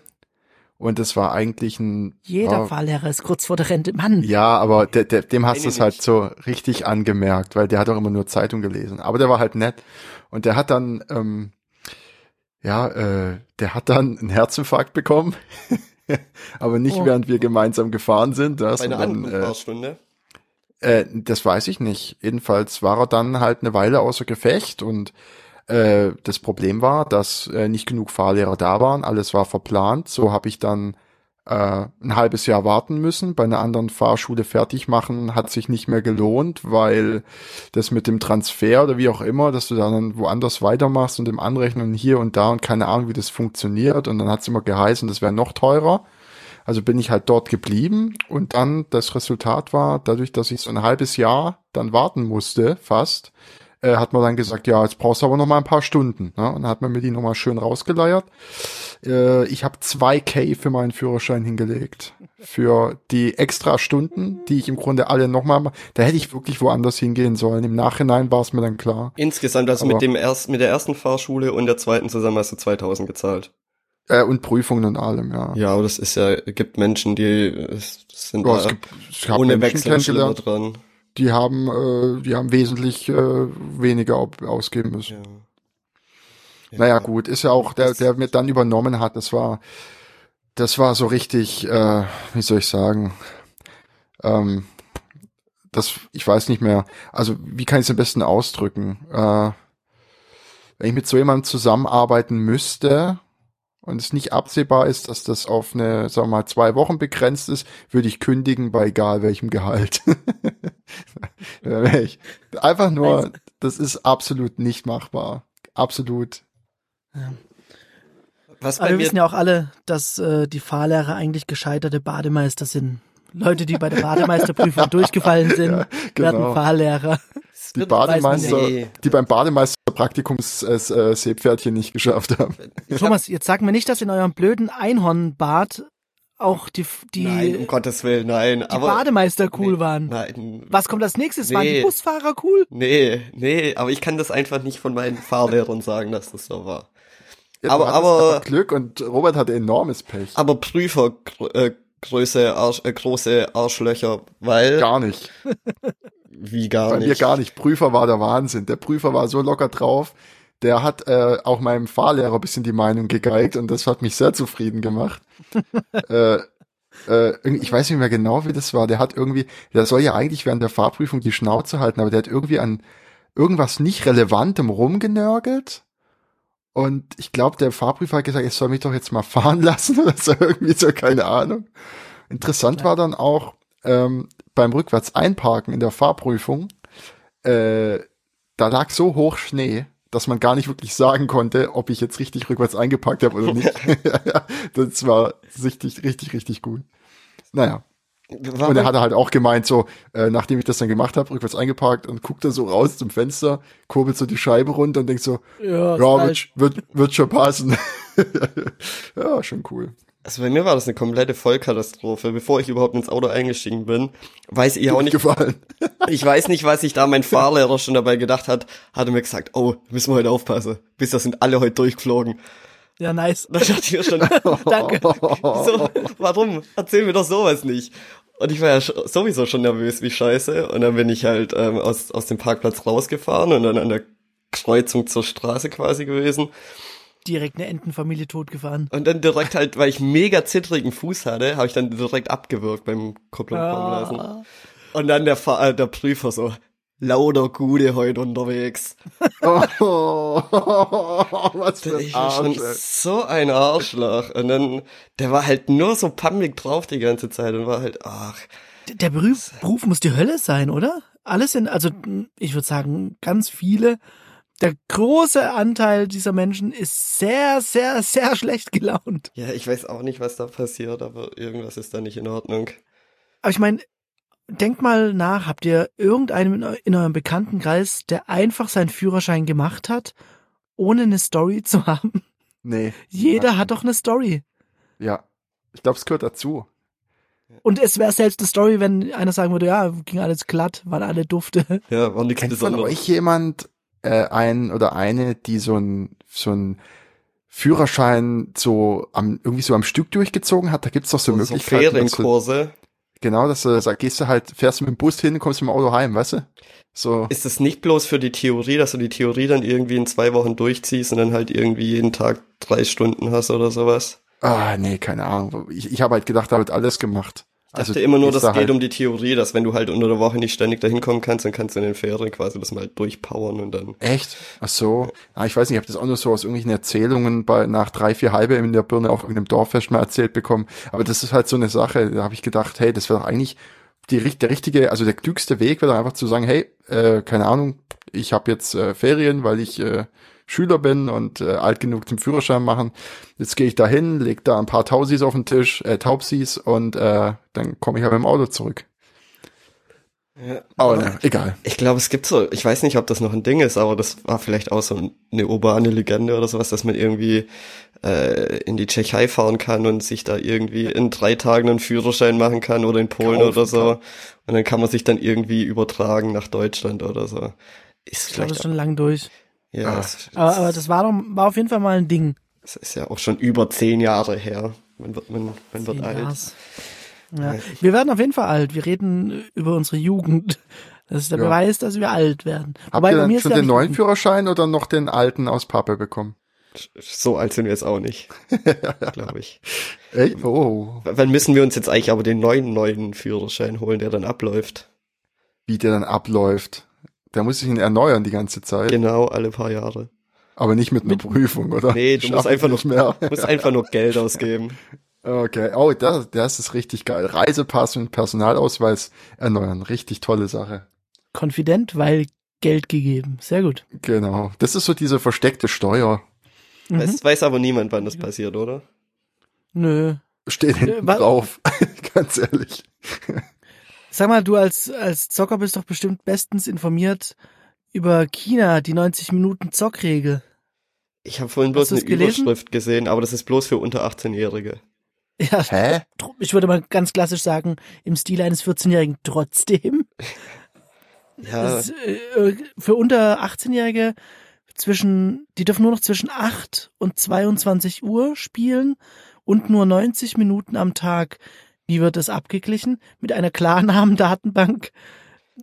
Speaker 3: Und das war eigentlich ein, oh,
Speaker 2: jeder
Speaker 3: war,
Speaker 2: Fahrlehrer ist kurz vor der Rente. Mann,
Speaker 3: Ja, aber der, der, dem hast
Speaker 1: Kenn
Speaker 3: du
Speaker 1: ich
Speaker 3: es halt
Speaker 1: nicht.
Speaker 3: so richtig angemerkt, weil der hat auch immer nur Zeitung gelesen. Aber der war halt nett. Und der hat dann, ähm, ja, äh, der hat dann einen Herzinfarkt bekommen. aber nicht,
Speaker 2: Oh.
Speaker 3: während wir gemeinsam gefahren sind. Ja,
Speaker 1: bei einer
Speaker 3: sondern,
Speaker 1: anderen
Speaker 3: äh,
Speaker 1: Fahrstunde.
Speaker 3: äh, das weiß ich nicht. Jedenfalls war er dann halt eine Weile außer Gefecht und äh, das Problem war, dass äh, nicht genug Fahrlehrer da waren. Alles war verplant. So habe ich dann äh, ein halbes Jahr warten müssen, bei einer anderen Fahrschule fertig machen, hat sich nicht mehr gelohnt, weil das mit dem Transfer oder wie auch immer, dass du dann woanders weitermachst und dem Anrechnen hier und da und keine Ahnung, wie das funktioniert. Und dann hat's immer geheißen, das wäre noch teurer. Also bin ich halt dort geblieben und dann das Resultat war, dadurch, dass ich so ein halbes Jahr dann warten musste, fast, äh, hat man dann gesagt, ja, jetzt brauchst du aber noch mal ein paar Stunden. Ne? Und dann hat man mir die nochmal schön rausgeleiert. Äh, ich habe 2K für meinen Führerschein hingelegt. Für die extra Stunden, die ich im Grunde alle nochmal, da hätte ich wirklich woanders hingehen sollen. Im Nachhinein war es mir dann klar.
Speaker 1: Insgesamt hast du
Speaker 3: Aber-
Speaker 1: mit, dem erst, mit der ersten Fahrschule und der zweiten zusammen hast du 2000 gezahlt.
Speaker 3: Äh, und Prüfungen und allem, ja.
Speaker 1: Ja, aber das ist ja, gibt Menschen, die äh, sind
Speaker 3: Ja,
Speaker 1: da
Speaker 3: gibt- ich hab
Speaker 1: ohne
Speaker 3: Menschen
Speaker 1: Wechselschüler
Speaker 3: kennengelernt,
Speaker 1: dran.
Speaker 3: Die haben, äh, die haben wesentlich äh, weniger ob- ausgeben müssen.
Speaker 1: Ja.
Speaker 3: Naja, gut, ist ja auch der,
Speaker 1: Das-
Speaker 3: der mir dann übernommen hat. Das war, das war so richtig, äh, wie soll ich sagen, ähm, das, ich weiß nicht mehr. Also, wie kann ich es am besten ausdrücken? Äh, wenn ich mit so jemandem zusammenarbeiten müsste und es nicht absehbar ist, dass das auf eine, sagen wir mal, zwei Wochen begrenzt ist, würde ich kündigen bei egal welchem Gehalt. Da wär ich- Einfach nur, das ist absolut nicht machbar. Absolut
Speaker 1: Was
Speaker 2: Aber
Speaker 1: bei
Speaker 2: wir
Speaker 1: mir
Speaker 2: wissen ja auch alle, dass äh, die Fahrlehrer eigentlich gescheiterte Bademeister sind. Leute, die bei der Bademeisterprüfung durchgefallen sind, werden
Speaker 3: genau.
Speaker 2: Fahrlehrer.
Speaker 1: Es
Speaker 3: Die
Speaker 1: wird-
Speaker 3: Bademeister,
Speaker 1: weiß man eh.
Speaker 3: die beim Bademeisterpraktikum das äh, Seepferdchen nicht geschafft haben.
Speaker 2: Thomas, jetzt sag mir nicht, dass in eurem blöden Einhornbad auch die, die,
Speaker 1: nein, um
Speaker 2: die
Speaker 1: Gottes Willen, nein. aber,
Speaker 2: Bademeister cool
Speaker 1: nee,
Speaker 2: waren.
Speaker 1: Nein.
Speaker 2: Was kommt als nächstes? Waren die
Speaker 1: Nee.
Speaker 2: Busfahrer cool?
Speaker 1: Nee, nee, aber ich kann das einfach nicht von meinen Fahrlehrern sagen, dass das so war.
Speaker 3: Ja,
Speaker 1: Aber-
Speaker 3: du hattest
Speaker 1: aber-
Speaker 3: einfach Glück und Robert hatte enormes Pech.
Speaker 1: Aber Prüfer gr äh, Größe, Arsch, äh, große Arschlöcher, weil
Speaker 3: Gar nicht.
Speaker 1: wie gar
Speaker 3: Bei
Speaker 1: nicht.
Speaker 3: mir gar nicht. Prüfer war der Wahnsinn. Der Prüfer war so locker drauf. Der hat äh, auch meinem Fahrlehrer ein bisschen die Meinung gegeigt und das hat mich sehr zufrieden gemacht. äh, äh, irgendwie- ich weiß nicht mehr genau, wie das war. Der hat irgendwie, der soll ja eigentlich während der Fahrprüfung die Schnauze halten, aber der hat irgendwie an irgendwas nicht Relevantem rumgenörgelt. Und ich glaube, der Fahrprüfer hat gesagt, ich soll mich doch jetzt mal fahren lassen oder so irgendwie so, keine Ahnung. Interessant war dann auch ähm, beim Rückwärts-Einparken in der Fahrprüfung, äh, da lag so hoch Schnee, dass man gar nicht wirklich sagen konnte, ob ich jetzt richtig rückwärts eingeparkt habe oder nicht. das war richtig, richtig, richtig gut. Naja.
Speaker 1: Warum?
Speaker 3: Und er hatte halt auch gemeint, so, äh, nachdem ich das dann gemacht habe, rückwärts eingeparkt und guckt dann so raus zum Fenster, kurbelt so die Scheibe runter und denkt so,
Speaker 2: Ja,
Speaker 3: ja, wird, wird, wird schon passen. ja, schon cool.
Speaker 1: Also bei mir war das eine komplette Vollkatastrophe, bevor ich überhaupt ins Auto eingestiegen bin. Weiß ich auch nicht,
Speaker 3: gefallen.
Speaker 1: ich weiß nicht, was sich da mein Fahrlehrer schon dabei gedacht hat, hatte mir gesagt, oh, müssen wir heute aufpassen. Bis das sind alle heute durchgeflogen.
Speaker 2: ja, nice.
Speaker 1: Da dachte ich mir schon,
Speaker 2: Danke.
Speaker 1: so, warum? Erzähl mir doch sowas nicht. Und ich war ja sch- sowieso schon nervös wie scheiße. Und dann bin ich halt ähm, aus, aus dem Parkplatz rausgefahren und dann an der Kreuzung zur Straße quasi gewesen.
Speaker 2: Direkt eine Entenfamilie totgefahren.
Speaker 1: Und dann direkt halt, weil ich mega zittrigen Fuß hatte, habe ich dann direkt abgewürgt beim Kupplung kommen lassen.
Speaker 2: Ah.
Speaker 1: Und dann der, Fahr äh, der Prüfer so, lauter Gude heute unterwegs.
Speaker 3: Oh, was für ein
Speaker 1: Ich war schon
Speaker 3: Arsch, ey.
Speaker 1: so ein Arschloch. Und dann, der war halt nur so pammig drauf die ganze Zeit und war halt, ach,
Speaker 2: D- Der Beruf, Beruf muss die Hölle sein, oder? Alles in, also mh, ich würde sagen, ganz viele. Der große Anteil dieser Menschen ist sehr, sehr, sehr schlecht gelaunt.
Speaker 1: Ja, ich weiß auch nicht, was da passiert, aber irgendwas ist da nicht in Ordnung.
Speaker 2: Aber ich meine, denkt mal nach, habt ihr irgendeinen in, eu- in eurem Bekanntenkreis, der einfach seinen Führerschein gemacht hat, ohne eine Story zu haben?
Speaker 3: Nee.
Speaker 2: Jeder hat doch eine Story.
Speaker 3: Ja. Ich glaube, es gehört dazu.
Speaker 2: Und es wäre selbst eine Story, wenn einer sagen würde, ja, ging alles glatt, waren alle dufte.
Speaker 1: Ja, war nichts
Speaker 3: Kennt von
Speaker 1: Besonderes.
Speaker 3: euch jemand, äh, einen oder eine, die so ein, so ein Führerschein so am, irgendwie so am Stück durchgezogen hat? Da gibt's doch so,
Speaker 1: So, so
Speaker 3: Möglichkeiten. dass du-
Speaker 1: Ferienkurse.
Speaker 3: genau, dass du sagst, gehst du halt, fährst du mit dem Bus hin, kommst mit dem Auto heim, weißt du? So.
Speaker 1: Ist es nicht bloß für die Theorie, dass du die Theorie dann irgendwie in zwei Wochen durchziehst und dann halt irgendwie jeden Tag drei Stunden hast oder sowas?
Speaker 3: Ah, nee, keine Ahnung. Ich, ich habe halt gedacht, da wird alles gemacht.
Speaker 1: dachte
Speaker 3: Also,
Speaker 1: immer nur,
Speaker 3: ist
Speaker 1: das
Speaker 3: da
Speaker 1: geht
Speaker 3: halt-
Speaker 1: um die Theorie, dass wenn du halt unter der Woche nicht ständig dahin kommen kannst, dann kannst du in den Ferien quasi das mal durchpowern und dann.
Speaker 3: Echt? Ach so. Ah, ich weiß nicht, ich habe das auch nur so aus irgendwelchen Erzählungen bei nach drei, vier halbe in der Birne auf irgendeinem Dorffest mal erzählt bekommen. Aber das ist halt so eine Sache. Da habe ich gedacht, hey, das wäre doch eigentlich die, richt- der richtige, also der klügste Weg wäre doch einfach zu sagen, hey, äh, keine Ahnung, ich habe jetzt äh, Ferien, weil ich äh, Schüler bin und äh, alt genug zum Führerschein machen. Jetzt gehe ich da hin, leg da ein paar Tausis auf den Tisch, äh, Taubsis und äh, dann komme ich halt mit dem Auto zurück.
Speaker 1: Ja.
Speaker 3: Aber ne, egal.
Speaker 1: Ich glaube, es gibt so, ich weiß nicht, ob das noch ein Ding ist, aber das war vielleicht auch so eine urbane Legende oder sowas, dass man irgendwie äh, in die Tschechei fahren kann und sich da irgendwie in drei Tagen einen Führerschein machen kann oder in Polen
Speaker 3: Kaufen
Speaker 1: oder so.
Speaker 3: kann.
Speaker 1: Und dann kann man sich dann irgendwie übertragen nach Deutschland oder so. Ist
Speaker 2: Ich glaube, das
Speaker 1: vielleicht
Speaker 2: ist schon lang durch.
Speaker 1: ja,
Speaker 3: Ah.
Speaker 1: es-
Speaker 2: Aber, aber das war doch, war auf jeden Fall mal ein Ding.
Speaker 1: es ist ja auch schon über zehn Jahre her. Man wird, man, man wird
Speaker 2: Zehn
Speaker 1: alt.
Speaker 2: Jahres. Ja. Wir werden auf jeden Fall alt. Wir reden über unsere Jugend. Das ist der
Speaker 3: Ja.
Speaker 2: Beweis, dass wir alt werden.
Speaker 3: Habt ihr dann schon
Speaker 2: gar
Speaker 3: den
Speaker 2: nicht-
Speaker 3: neuen Führerschein oder noch den alten aus Pappe bekommen?
Speaker 1: So alt sind wir jetzt auch nicht, glaube ich.
Speaker 3: Ey, oh,
Speaker 1: Wann müssen wir uns jetzt eigentlich aber den neuen, neuen Führerschein holen, der dann abläuft?
Speaker 3: wie der dann abläuft. Da muss ich ihn erneuern die ganze Zeit,
Speaker 1: Genau, alle paar Jahre.
Speaker 3: aber nicht mit einer
Speaker 2: Mit-
Speaker 3: Prüfung, oder?
Speaker 1: Nee, du
Speaker 3: Schaff
Speaker 1: musst
Speaker 3: ich
Speaker 1: einfach
Speaker 3: nicht
Speaker 1: nur-
Speaker 3: mehr.
Speaker 1: Du musst einfach nur Geld ausgeben.
Speaker 3: Okay, oh, das, das ist richtig geil. Reisepass und Personalausweis erneuern, richtig tolle Sache.
Speaker 2: Konfident, weil Geld gegeben. Sehr gut.
Speaker 3: Genau, das ist so diese versteckte Steuer.
Speaker 2: Mhm.
Speaker 1: Es weiß aber niemand, wann das passiert, oder?
Speaker 2: Nö.
Speaker 3: Steht hinten
Speaker 2: wa-
Speaker 3: drauf, ganz ehrlich.
Speaker 2: Sag mal, du als, als Zocker bist doch bestimmt bestens informiert über China, die 90 Minuten Zockregel.
Speaker 1: Ich habe vorhin bloß
Speaker 2: Hast du's
Speaker 1: eine
Speaker 2: gelesen?
Speaker 1: Überschrift gesehen, aber das ist bloß für unter 18-Jährige.
Speaker 2: Ja,
Speaker 3: Hä?
Speaker 2: tr- ich würde mal ganz klassisch sagen, im Stil eines 14-Jährigen trotzdem.
Speaker 1: Ja,
Speaker 2: Es, äh, für unter 18-Jährige zwischen, die dürfen nur noch zwischen 8 und 22 Uhr spielen und nur 90 Minuten am Tag. Wie wird das abgeglichen? Mit einer Klarnamen-Datenbank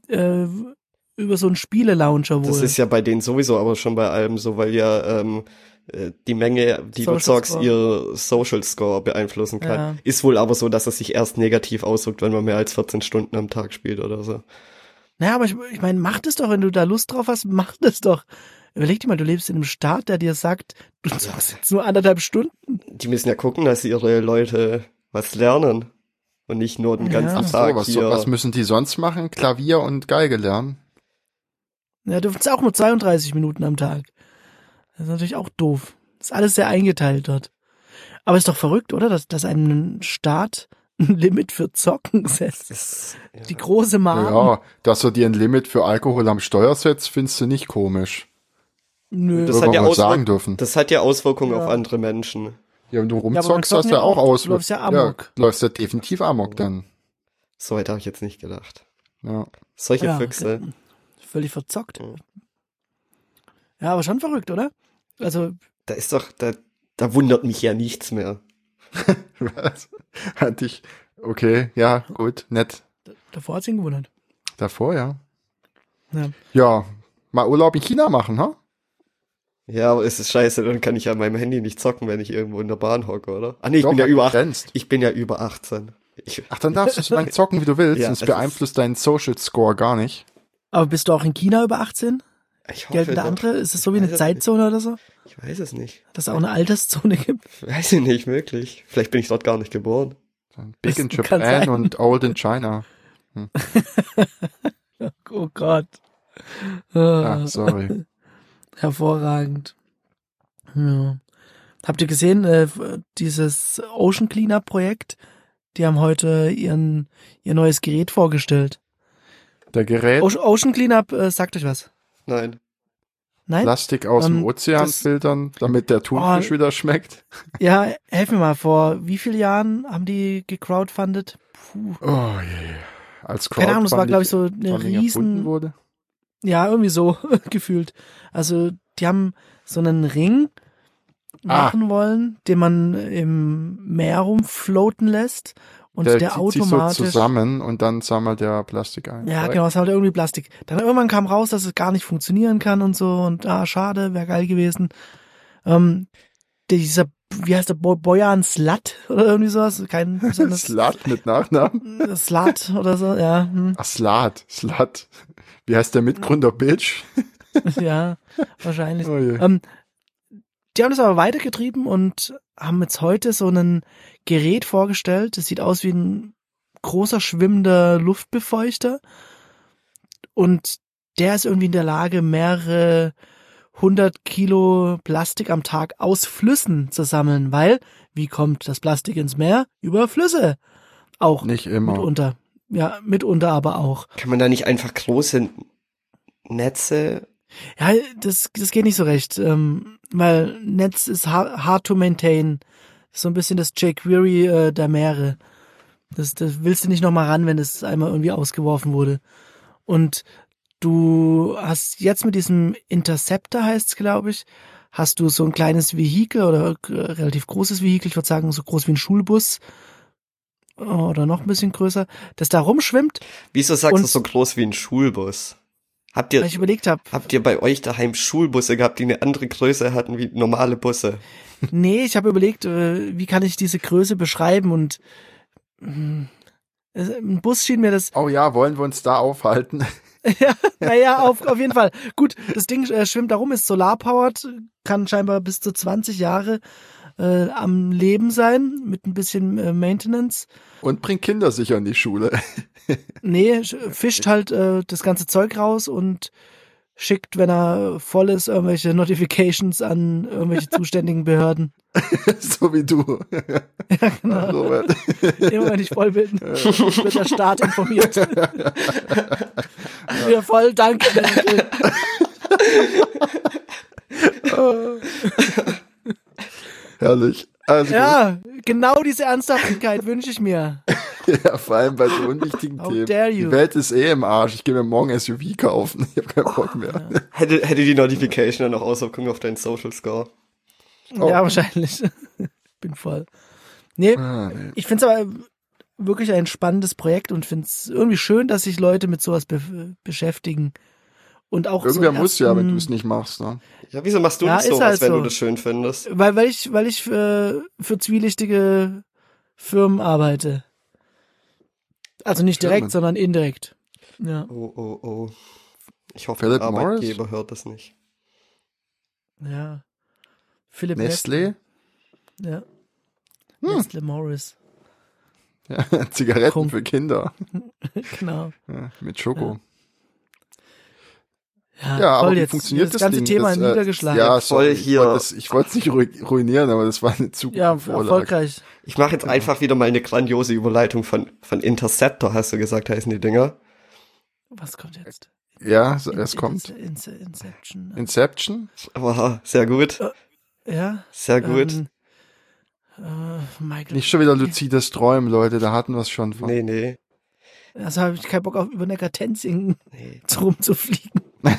Speaker 2: äh, über so einen Spiele-Launcher wohl.
Speaker 1: das ist ja bei denen sowieso, aber schon bei allem so, weil ja ähm, äh, die Menge, die
Speaker 2: Social
Speaker 1: du zockst,
Speaker 2: Score.
Speaker 1: ihr Social Score beeinflussen kann.
Speaker 2: Ja.
Speaker 1: Ist wohl aber so, dass es sich erst negativ auswirkt, wenn man mehr als 14 Stunden am Tag spielt oder so.
Speaker 2: Naja, aber ich, ich meine, mach das doch, wenn du da Lust drauf hast, mach das doch. Überleg dir mal, du lebst in einem Staat, der dir sagt, du
Speaker 1: Also,
Speaker 2: zockst jetzt nur anderthalb Stunden.
Speaker 1: Die müssen ja gucken, dass ihre Leute was lernen und nicht nur den
Speaker 2: Ja.
Speaker 1: ganzen
Speaker 3: Ach so,
Speaker 1: Tag
Speaker 3: was, so,
Speaker 1: hier.
Speaker 3: was müssen die sonst machen? Klavier und Geige lernen?
Speaker 2: Ja, dürfen es auch nur 32 Minuten am Tag. Das ist natürlich auch doof. Ist alles sehr eingeteilt dort. Aber ist doch verrückt, oder? Dass, dass einem Staat ein Limit für Zocken setzt.
Speaker 1: Das- ja.
Speaker 2: Die große Marke.
Speaker 3: Ja, dass du dir ein Limit für Alkohol am Steuer setzt, findest du nicht komisch.
Speaker 2: Nö.
Speaker 1: Das
Speaker 3: Würde
Speaker 1: hat
Speaker 3: man
Speaker 1: ja
Speaker 3: mal
Speaker 1: Auswirk-
Speaker 3: sagen dürfen.
Speaker 1: Das hat ja Auswirkungen
Speaker 2: Ja.
Speaker 1: auf andere Menschen.
Speaker 3: Ja, wenn du
Speaker 2: aber man
Speaker 3: rumzockst,
Speaker 2: zockt
Speaker 3: hast du
Speaker 2: ja
Speaker 3: ja auch
Speaker 2: auch,
Speaker 3: aus.
Speaker 2: du läufst ja Amok.
Speaker 3: läufst ja definitiv Amok dann.
Speaker 1: So weit habe ich jetzt nicht gedacht.
Speaker 3: Ja.
Speaker 1: Solche
Speaker 2: Ja,
Speaker 1: Füchse.
Speaker 2: ge- Völlig verzockt.
Speaker 1: Mhm.
Speaker 2: Ja, aber schon verrückt, oder? Also,
Speaker 1: Da ist doch, da, da wundert mich ja nichts mehr.
Speaker 3: Was? Hatte ich. Okay, ja, gut, nett.
Speaker 2: davor hat's ihn gewundert.
Speaker 3: Davor, ja.
Speaker 2: Ja.
Speaker 3: Ja, mal Urlaub in China machen, ha?
Speaker 1: Ja, aber es ist scheiße, dann kann ich an meinem Handy nicht zocken, wenn ich irgendwo in der Bahn hocke, oder? Ah nee, ich bin ja über 18.
Speaker 3: begrenzt.
Speaker 1: Ich bin ja über 18. Ich,
Speaker 3: Ach, dann darfst du so lange zocken, wie du willst.
Speaker 1: Ja,
Speaker 3: und es
Speaker 1: das ist-
Speaker 3: beeinflusst deinen Social Score gar nicht.
Speaker 2: Aber bist du auch in China über 18?
Speaker 1: ich hoffe,
Speaker 2: Gelten da
Speaker 1: doch.
Speaker 2: andere? Ist das so wie eine
Speaker 1: Weiß es
Speaker 2: Zeitzone oder so?
Speaker 1: ich weiß es nicht.
Speaker 2: Dass es auch eine Alterszone gibt?
Speaker 1: Weiß ich nicht, möglich. Vielleicht bin ich dort gar nicht geboren.
Speaker 3: Dann Big in
Speaker 2: Das kann sein.
Speaker 3: Japan und Old in China.
Speaker 2: Oh Gott.
Speaker 3: Ah,
Speaker 2: Ah,
Speaker 3: sorry.
Speaker 2: hervorragend. Ja. Habt ihr gesehen, äh, dieses Ocean Cleaner Projekt? Die haben heute ihren, ihr neues Gerät vorgestellt.
Speaker 3: Der
Speaker 1: Oh,
Speaker 3: Gerät
Speaker 2: Oce- Ocean Cleanup äh, sagt euch was?
Speaker 1: Nein.
Speaker 2: Nein?
Speaker 3: Plastik aus
Speaker 2: Ähm,
Speaker 3: dem Ozean
Speaker 2: das-
Speaker 3: filtern, damit
Speaker 1: Oh,
Speaker 3: der Thunfisch wieder schmeckt.
Speaker 2: Ja, helf mir mal. Vor wie vielen Jahren haben die gecrowdfundet? Puh.
Speaker 3: Oh je. je. Als
Speaker 2: Keine Ahnung, das war,
Speaker 3: Crowdfunding-
Speaker 2: glaube ich, so eine
Speaker 3: Funding erfunden
Speaker 2: riesen
Speaker 3: wurde.
Speaker 2: Ja, irgendwie so gefühlt. Also die haben so einen Ring
Speaker 3: Ah.
Speaker 2: machen wollen, den man im Meer rumfloaten lässt und der,
Speaker 3: zieht sich
Speaker 2: automatisch.
Speaker 3: so zusammen und dann sammelt der Plastik ein.
Speaker 2: ja, genau, es hat irgendwie Plastik. Dann irgendwann kam raus, dass es gar nicht funktionieren kann und so und ah, schade, wäre geil gewesen. Ähm, dieser wie heißt der, Bo Bojan Slat oder irgendwie sowas? Kein besonders
Speaker 3: Slat mit Nachnamen.
Speaker 2: Slat oder so, ja. Hm,
Speaker 3: Ach, Slat, Slat. Wie heißt der Mitgründer, Bitch?
Speaker 2: ja, wahrscheinlich.
Speaker 3: Oh je.
Speaker 2: Ähm, die haben das aber weitergetrieben und haben jetzt heute so ein Gerät vorgestellt. Das sieht aus wie ein großer schwimmender Luftbefeuchter. Und der ist irgendwie in der Lage, mehrere hundert Kilo Plastik am Tag aus Flüssen zu sammeln, weil wie kommt das Plastik ins Meer? Über Flüsse. Auch
Speaker 3: Nicht immer.
Speaker 2: mitunter. Ja, mitunter aber auch.
Speaker 1: Kann man da nicht einfach große Netze?
Speaker 2: Ja, das, das geht nicht so recht, ähm, weil Netz ist ha- hard to maintain. So ein bisschen das jQuery äh, der Meere. Das, das willst du nicht nochmal ran, wenn das einmal irgendwie ausgeworfen wurde. Und du hast jetzt mit diesem Interceptor heißt's, glaube ich, hast du so ein kleines Vehikel oder äh, relativ großes Vehikel, ich würde sagen so groß wie ein Schulbus oder noch ein bisschen größer, das da rumschwimmt,
Speaker 1: Wieso sagst du
Speaker 2: Und-
Speaker 1: so groß wie ein Schulbus? Habt ihr,
Speaker 2: weil ich überlegt habe,
Speaker 1: habt ihr bei euch daheim Schulbusse gehabt, die eine andere Größe hatten wie normale Busse?
Speaker 2: Nee, ich habe überlegt, äh, wie kann ich diese Größe beschreiben und mh, es- ein Bus schien mir das.
Speaker 3: Oh ja, wollen wir uns da aufhalten?
Speaker 2: ja, naja, auf, auf jeden Fall. Gut, das Ding äh, schwimmt darum, ist solarpowered, kann scheinbar bis zu 20 Jahre äh, am Leben sein, mit ein bisschen äh, Maintenance.
Speaker 3: Und bring Kinder sicher in die Schule.
Speaker 2: Nee, sch- fischt halt äh, das ganze Zeug raus und schickt, wenn er voll ist, irgendwelche Notifications an irgendwelche zuständigen Behörden.
Speaker 3: so wie du. Also,
Speaker 2: genau.
Speaker 3: Robert.
Speaker 2: Immer wenn ich voll bin, wird der Staat informiert. Wir voll danke. Merkel.
Speaker 3: Herrlich. Also ja.
Speaker 2: Ja, genau diese Ernsthaftigkeit wünsche ich mir.
Speaker 3: ja, vor allem bei so unwichtigen
Speaker 2: How
Speaker 3: Themen.
Speaker 2: dare you.
Speaker 3: Die Welt ist eh im Arsch. Ich gehe mir morgen SUV kaufen. Ich habe
Speaker 2: Oh,
Speaker 3: keinen Bock mehr.
Speaker 1: Hätte, hätte die Notification dann auch Auswirkungen auf deinen Social Score?
Speaker 3: Oh.
Speaker 2: Ja, wahrscheinlich. Bin voll. Nee,
Speaker 3: Ah, nee.
Speaker 2: ich finde es aber wirklich ein spannendes Projekt und finde es irgendwie schön, dass sich Leute mit sowas be beschäftigen. Und auch
Speaker 3: Irgendwer
Speaker 2: so Mhm.
Speaker 3: muss ja, wenn du es
Speaker 2: ersten-
Speaker 3: nicht machst. Ne?
Speaker 1: Ja, wieso machst du
Speaker 2: Ja,
Speaker 1: nicht
Speaker 2: ist
Speaker 1: sowas,
Speaker 2: halt
Speaker 1: wenn
Speaker 2: so.
Speaker 1: du das schön findest?
Speaker 2: Weil, weil ich, weil ich äh, für zwielichtige Firmen arbeite. Also nicht direkt,
Speaker 3: Firmen.
Speaker 2: sondern indirekt. Ja,
Speaker 1: Oh, oh, oh. Ich hoffe,
Speaker 3: Philip
Speaker 1: der
Speaker 3: Morris?
Speaker 1: Arbeitgeber hört das nicht.
Speaker 2: ja. Philipp
Speaker 3: Nestlé?
Speaker 2: Nestle, ja.
Speaker 3: Hm.
Speaker 2: Nestle Morris.
Speaker 3: Ja, Zigaretten
Speaker 2: Komm.
Speaker 3: für Kinder.
Speaker 2: genau.
Speaker 3: Ja, mit Schoko.
Speaker 2: Ja,
Speaker 3: Ja, aber
Speaker 2: Ah, toll
Speaker 3: wie
Speaker 2: jetzt.
Speaker 3: funktioniert
Speaker 2: das
Speaker 3: das
Speaker 2: ganze
Speaker 3: Ding?
Speaker 2: Thema
Speaker 3: das, äh,
Speaker 2: niedergeschlagen.
Speaker 1: Voll
Speaker 3: Ja, sorry,
Speaker 1: hier.
Speaker 3: Ich wollte es- ich wollte es nicht ru- ruinieren, aber das war eine zu gute
Speaker 2: ja
Speaker 3: Vorlage.
Speaker 2: erfolgreich.
Speaker 1: Ich mache jetzt einfach wieder mal eine grandiose Überleitung von, von Interceptor, hast du gesagt, heißen die Dinger.
Speaker 2: Was kommt jetzt?
Speaker 3: Ja, so, es kommt.
Speaker 2: Ince- Ince- Inception.
Speaker 3: Inception?
Speaker 1: Wow, sehr gut,
Speaker 2: ja.
Speaker 1: sehr gut.
Speaker 2: Ähm, äh, Michael.
Speaker 3: Nicht schon wieder lucides Träumen, Leute, da hatten wir es schon von.
Speaker 1: Nee, nee,
Speaker 2: Also habe ich keinen Bock auf über Neckartenzing
Speaker 1: nee.
Speaker 2: rumzufliegen.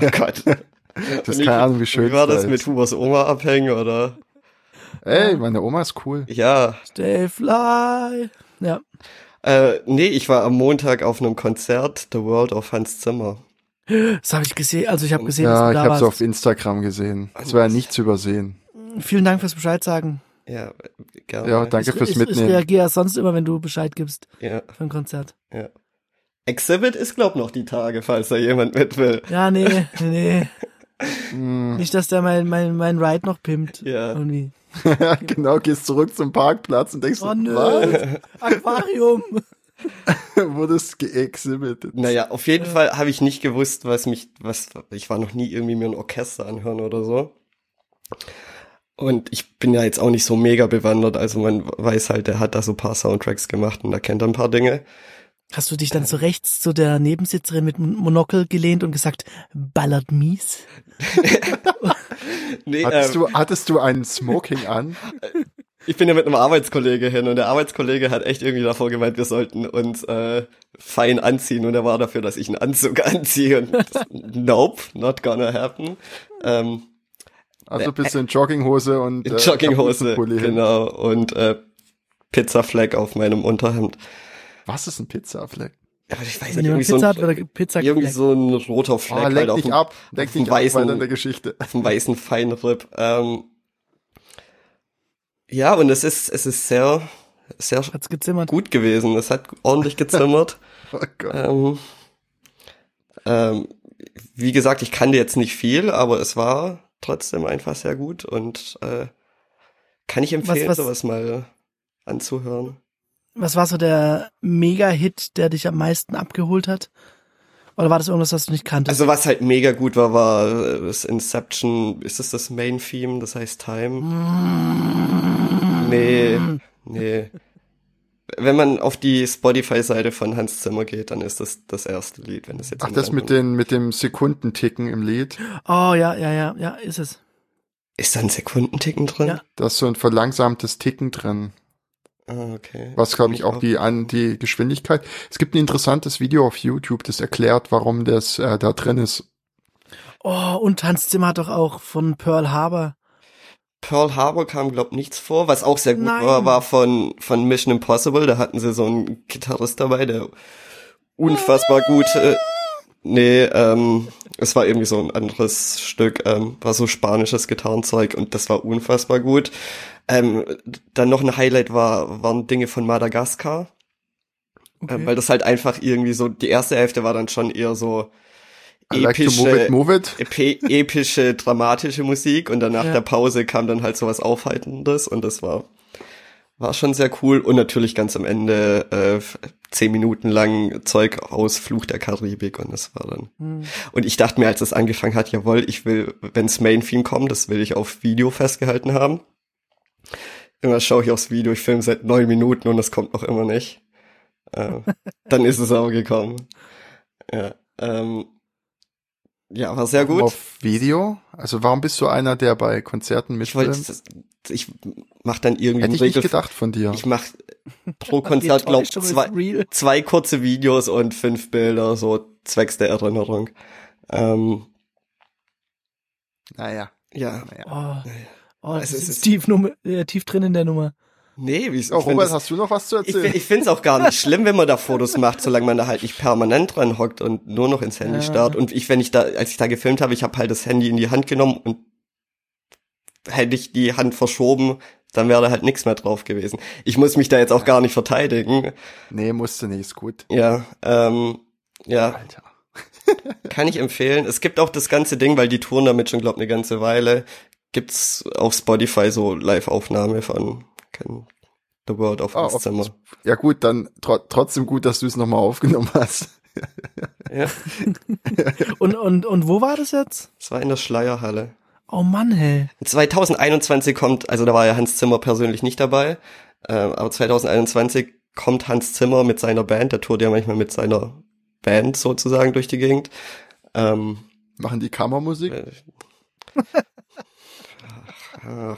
Speaker 1: Oh Gott.
Speaker 3: Das ist keine Ahnung, wie schön
Speaker 1: Wie war
Speaker 3: es
Speaker 1: das
Speaker 3: da
Speaker 1: mit
Speaker 3: ist.
Speaker 1: Hubers Oma abhängen, oder?
Speaker 3: Ey, meine Oma ist cool.
Speaker 1: Ja,
Speaker 2: Stay fly. Ja.
Speaker 1: äh, nee, ich war am Montag auf einem Konzert, The World of Hans Zimmer.
Speaker 2: Das habe ich gesehen. Also ich habe gesehen, dass
Speaker 3: Ja,
Speaker 2: du
Speaker 3: ich
Speaker 2: da
Speaker 3: habe es auf
Speaker 2: warst.
Speaker 3: Instagram gesehen. Es war ja nichts übersehen.
Speaker 2: Vielen Dank fürs Bescheid sagen.
Speaker 1: Ja, gerne.
Speaker 3: Ja, danke
Speaker 2: ich,
Speaker 3: fürs
Speaker 2: ich, Ich
Speaker 3: Mitnehmen.
Speaker 2: reagiere sonst immer, wenn du Bescheid gibst
Speaker 1: ja.
Speaker 2: für ein Konzert.
Speaker 1: Exhibit ist, glaub noch die Tage, falls da jemand mit will.
Speaker 2: Ja, nee, nee.
Speaker 3: Hm.
Speaker 2: Nicht, dass der mein, mein, mein Ride noch pimpt.
Speaker 1: Ja.
Speaker 2: Irgendwie.
Speaker 3: genau, gehst zurück zum Parkplatz und denkst,
Speaker 2: Oh nö.
Speaker 3: was?
Speaker 2: Aquarium.
Speaker 3: Wurdest geexhibited.
Speaker 1: Naja, auf jeden Fall habe ich nicht gewusst, was mich, was, ich war noch nie irgendwie mir ein Orchester anhören oder so. Und ich bin ja jetzt auch nicht so mega bewandert, also man weiß halt, der hat da so ein paar Soundtracks gemacht und da kennt er ein paar Dinge.
Speaker 2: Hast du dich dann zu rechts zu der Nebensitzerin mit Mon- Monokel gelehnt und gesagt, ballert mies?
Speaker 1: Nee,
Speaker 3: Hattest,
Speaker 1: ähm,
Speaker 3: du, hattest du einen Smoking an?
Speaker 1: ich bin ja mit einem Arbeitskollege hin und der Arbeitskollege hat echt irgendwie davor gemeint, wir sollten uns äh, fein anziehen und er war dafür, dass ich einen Anzug anziehe und das- nope, not gonna happen. Ähm,
Speaker 3: Also bist du in Jogginghose und
Speaker 1: In
Speaker 3: äh,
Speaker 1: Jogginghose,
Speaker 3: Kapuzenpulli hin.
Speaker 1: genau. Und äh, Pizzafleck auf meinem Unterhemd.
Speaker 3: Was ist ein Pizzafleck?
Speaker 1: Aber ich weiß
Speaker 2: Wenn
Speaker 1: nicht, irgendwie
Speaker 2: jemand
Speaker 1: so,
Speaker 2: Pizza hat,
Speaker 1: ein,
Speaker 2: wird er Pizza
Speaker 1: irgendwie
Speaker 2: geleckt.
Speaker 1: so ein roter
Speaker 3: Oh,
Speaker 1: Fleck halt
Speaker 3: lenk
Speaker 1: auf
Speaker 3: dich
Speaker 1: dem,
Speaker 3: ab, lenk
Speaker 1: auf dem
Speaker 3: dich ab bei
Speaker 1: weißen-
Speaker 3: deiner Geschichte.
Speaker 1: auf dem weißen Feinripp. Ähm, Ja, und es ist, es ist sehr, sehr
Speaker 2: Hat's gezimmert.
Speaker 1: gut gewesen. Es hat ordentlich gezimmert.
Speaker 3: Oh Gott.
Speaker 1: ähm, ähm, wie gesagt, ich kannte jetzt nicht viel, aber es war trotzdem einfach sehr gut und äh, kann ich empfehlen,
Speaker 2: was-
Speaker 1: sowas mal anzuhören.
Speaker 2: Was war so der Mega-Hit, der dich am meisten abgeholt hat? Oder war das irgendwas, was du nicht kanntest?
Speaker 1: Also was halt mega gut war, war äh, das Inception, ist das das Main Theme, das heißt Time?
Speaker 2: Mm.
Speaker 1: Nee, nee. Wenn man auf die Spotify-Seite von Hans Zimmer geht, dann ist das das erste Lied, wenn das jetzt
Speaker 3: Ach,
Speaker 1: jemand
Speaker 3: das mit
Speaker 1: anruft.
Speaker 3: den, mit dem Sekundenticken im Lied.
Speaker 2: oh ja, ja, ja, ja, ist es.
Speaker 1: Ist da ein Sekundenticken drin?
Speaker 2: Ja.
Speaker 3: Da ist so ein verlangsamtes Ticken drin.
Speaker 1: Ah, okay.
Speaker 3: Was, glaube ich, auch die, an die Geschwindigkeit. Es gibt ein interessantes Video auf YouTube, das erklärt, warum das äh, da drin ist.
Speaker 2: Oh, und Hans Zimmer hat doch auch von Pearl Harbor.
Speaker 1: Pearl Harbor kam, glaub nichts vor. Was auch sehr gut
Speaker 2: Nein.
Speaker 1: war, war von, von Mission Impossible. Da hatten sie so einen Gitarrist dabei, der unfassbar gut. Äh, nee, ähm, es war irgendwie so ein anderes Stück, ähm, war so spanisches Gitarrenzeug und das war unfassbar gut. Ähm, dann noch ein Highlight war, waren Dinge von Madagaskar. Ähm, weil das halt einfach irgendwie so, die erste Hälfte war dann schon eher so
Speaker 3: I like to move it, move it.
Speaker 1: epi- epische, dramatische Musik und danach
Speaker 2: Ja.
Speaker 1: der Pause kam dann halt sowas Aufhaltendes und das war, war schon sehr cool und natürlich ganz am Ende äh, f- zehn Minuten lang Zeug aus Fluch der Karibik und das war dann.
Speaker 2: Hm.
Speaker 1: Und ich dachte mir, als es angefangen hat, jawohl, ich will, wenn's Main Theme kommt, das will ich auf Video festgehalten haben. Immer schaue ich aufs Video, ich filme seit neun Minuten und das kommt noch immer nicht. Äh, dann ist es aber gekommen. Ja, ähm, ja war sehr gut.
Speaker 3: Auf Video. Also warum bist du einer, der bei Konzerten
Speaker 1: Ich wollte,
Speaker 3: mitfilmt?
Speaker 1: das- ich mach dann irgendwie
Speaker 3: Ähm, Hätte
Speaker 1: einen
Speaker 3: ich nicht
Speaker 1: Regel.
Speaker 3: gedacht von dir.
Speaker 1: Ich mach pro Konzert,
Speaker 2: Die
Speaker 1: glaube
Speaker 2: Enttäuschung ist
Speaker 1: zwei,
Speaker 2: real.
Speaker 1: zwei kurze Videos und fünf Bilder, so zwecks der Erinnerung. Ähm,
Speaker 3: Naja.
Speaker 1: ja,
Speaker 2: Oh, oh das
Speaker 1: Also es
Speaker 2: ist,
Speaker 1: ist-
Speaker 2: tief, Nummer, äh, tief drin in der Nummer.
Speaker 1: nee, wieso?
Speaker 3: Oh,
Speaker 1: Ich find
Speaker 3: Robert,
Speaker 1: das-
Speaker 3: hast du noch was zu
Speaker 1: Ich,
Speaker 3: erzählen?
Speaker 1: fi- ich finde es auch gar nicht schlimm, wenn man da Fotos macht, solange man da halt nicht permanent dran hockt und nur noch ins Handy
Speaker 2: Ja.
Speaker 1: starrt. Und ich, wenn ich da, als ich da gefilmt habe, ich habe halt das Handy in die Hand genommen und hätte ich die Hand verschoben, dann wäre da halt nichts mehr drauf gewesen. Ich muss mich da jetzt auch gar nicht verteidigen.
Speaker 3: nee, musste nicht, ist gut. Ah,
Speaker 1: Ja, ähm, ja,
Speaker 3: Alter.
Speaker 1: kann ich empfehlen. Es gibt auch das ganze Ding, weil die touren damit schon, glaub, eine ganze Weile. Gibt's auf Spotify so Live-Aufnahme von kein, The World of
Speaker 3: Ah,
Speaker 1: Hans
Speaker 3: auf-
Speaker 1: Zimmer.
Speaker 3: Ja gut, dann tro trotzdem gut, dass du es nochmal aufgenommen hast.
Speaker 1: Ja,
Speaker 2: Und, und, und wo war das jetzt?
Speaker 1: es war in der Schleierhalle.
Speaker 2: Oh Mann, hey.
Speaker 1: 2021 kommt, also da war ja Hans Zimmer persönlich nicht dabei, äh, aber 2021 kommt Hans Zimmer mit seiner Band, der tourt ja manchmal mit seiner Band sozusagen durch die Gegend. Ähm,
Speaker 3: Machen die Kammermusik?
Speaker 1: äh, ach, ah.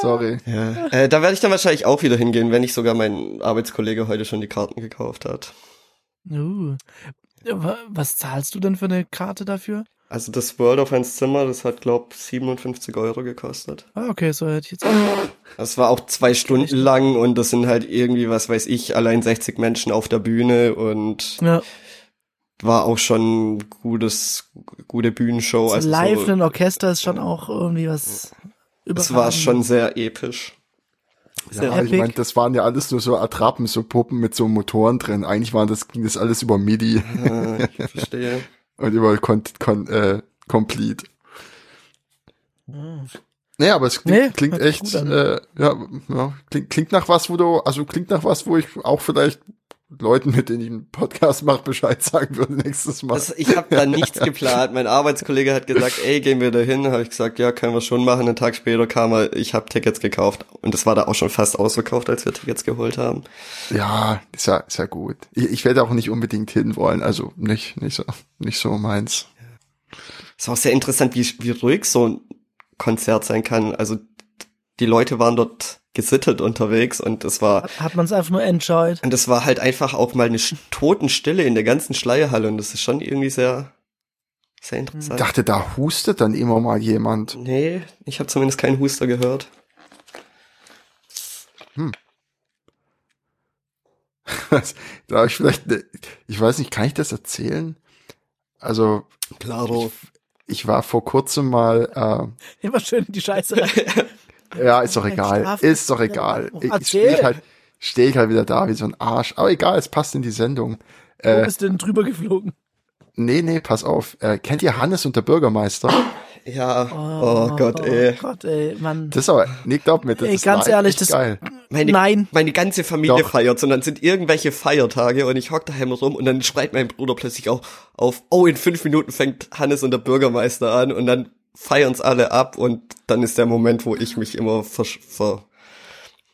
Speaker 3: Sorry.
Speaker 1: ja. äh, da werde ich dann wahrscheinlich auch wieder hingehen, wenn nicht sogar mein Arbeitskollege heute schon die Karten gekauft hat.
Speaker 2: Uh. Wa- Was zahlst du denn für eine Karte dafür?
Speaker 1: Also das World of Hans Zimmer, das hat glaub 57 Euro gekostet.
Speaker 2: Ah, okay, so hätte ich jetzt.
Speaker 1: Das war auch zwei Stunden lang und das sind halt irgendwie, was weiß ich, allein 60 Menschen auf der Bühne und
Speaker 2: Ja,
Speaker 1: war auch schon gutes, gute Bühnenshow.
Speaker 2: so
Speaker 1: Also
Speaker 2: live
Speaker 1: so,
Speaker 2: ein Orchester ist schon auch irgendwie was
Speaker 1: es war
Speaker 2: überragendes.
Speaker 1: schon sehr episch.
Speaker 3: Ja,
Speaker 1: Sehr
Speaker 3: ich
Speaker 2: epic.
Speaker 3: meine, das waren ja alles nur so Attrappen, so Puppen mit so Motoren drin. Eigentlich waren das, ging das alles über MIDI
Speaker 1: äh, ich verstehe.
Speaker 3: und über Con Con äh, Complete.
Speaker 2: Hm.
Speaker 3: Naja, aber es klingt,
Speaker 2: Nee,
Speaker 3: klingt
Speaker 2: hört sich
Speaker 3: echt,
Speaker 2: gut an.
Speaker 3: äh, ja, ja klingt, klingt nach was, wo du, also klingt nach was, wo ich auch vielleicht Leuten, mit denen ich einen Podcast mache, Bescheid sagen würde nächstes Mal.
Speaker 1: Das, Also, ich habe da nichts geplant. Mein Arbeitskollege hat gesagt, ey, gehen wir da hin. Habe ich gesagt, ja, können wir schon machen. Einen Tag später kam er, ich habe Tickets gekauft. Und es war da auch schon fast ausverkauft, als wir Tickets geholt haben.
Speaker 3: Ja, ist ja, ist ja gut. Ich, ich werde auch nicht unbedingt hin wollen, also nicht, nicht so, nicht so meins.
Speaker 1: Ist auch sehr interessant, wie, wie ruhig so ein Konzert sein kann. Also die Leute waren dort gesittet unterwegs und es war
Speaker 2: Hat, hat man es einfach nur enjoyed.
Speaker 1: Und das war halt einfach auch mal eine sch- Totenstille in der ganzen Schleierhalle und das ist schon irgendwie sehr, sehr
Speaker 3: Ich
Speaker 1: interessant.
Speaker 3: dachte, da hustet dann immer mal jemand.
Speaker 1: Nee, ich habe zumindest keinen Huster gehört.
Speaker 3: da habe ich vielleicht, ne, ich weiß nicht, kann ich das erzählen? Also,
Speaker 1: Klaro.
Speaker 3: ich war vor kurzem mal, äh,
Speaker 2: Immer schön in die Scheiße rein.
Speaker 3: Ja, ist doch egal.
Speaker 2: Strafe. Oh,
Speaker 3: Ist doch egal. Ich, ich
Speaker 2: Erzähl.
Speaker 3: stehe halt, steh ich halt wieder da wie so ein Arsch. Aber egal, es passt in die Sendung.
Speaker 2: Wo
Speaker 3: Äh,
Speaker 2: bist du denn drüber geflogen?
Speaker 3: nee, nee, pass auf. Äh, kennt ihr Hannes und der Bürgermeister?
Speaker 1: Ja, oh, Gott, ey.
Speaker 2: Oh Gott, ey, Mann.
Speaker 3: Das ist aber, nee, glaub mir, das
Speaker 2: Ey,
Speaker 3: ist
Speaker 2: ganz
Speaker 3: live
Speaker 2: ehrlich,
Speaker 3: echt
Speaker 2: das-
Speaker 3: geil.
Speaker 1: Meine,
Speaker 2: Nein.
Speaker 1: meine ganze Familie
Speaker 3: Doch.
Speaker 1: feiert und dann sind irgendwelche Feiertage und ich hock daheim rum und dann schreit mein Bruder plötzlich auch auf, oh, in fünf Minuten fängt Hannes und der Bürgermeister an und dann feiern's alle ab und dann ist der Moment, wo ich mich immer versch- ver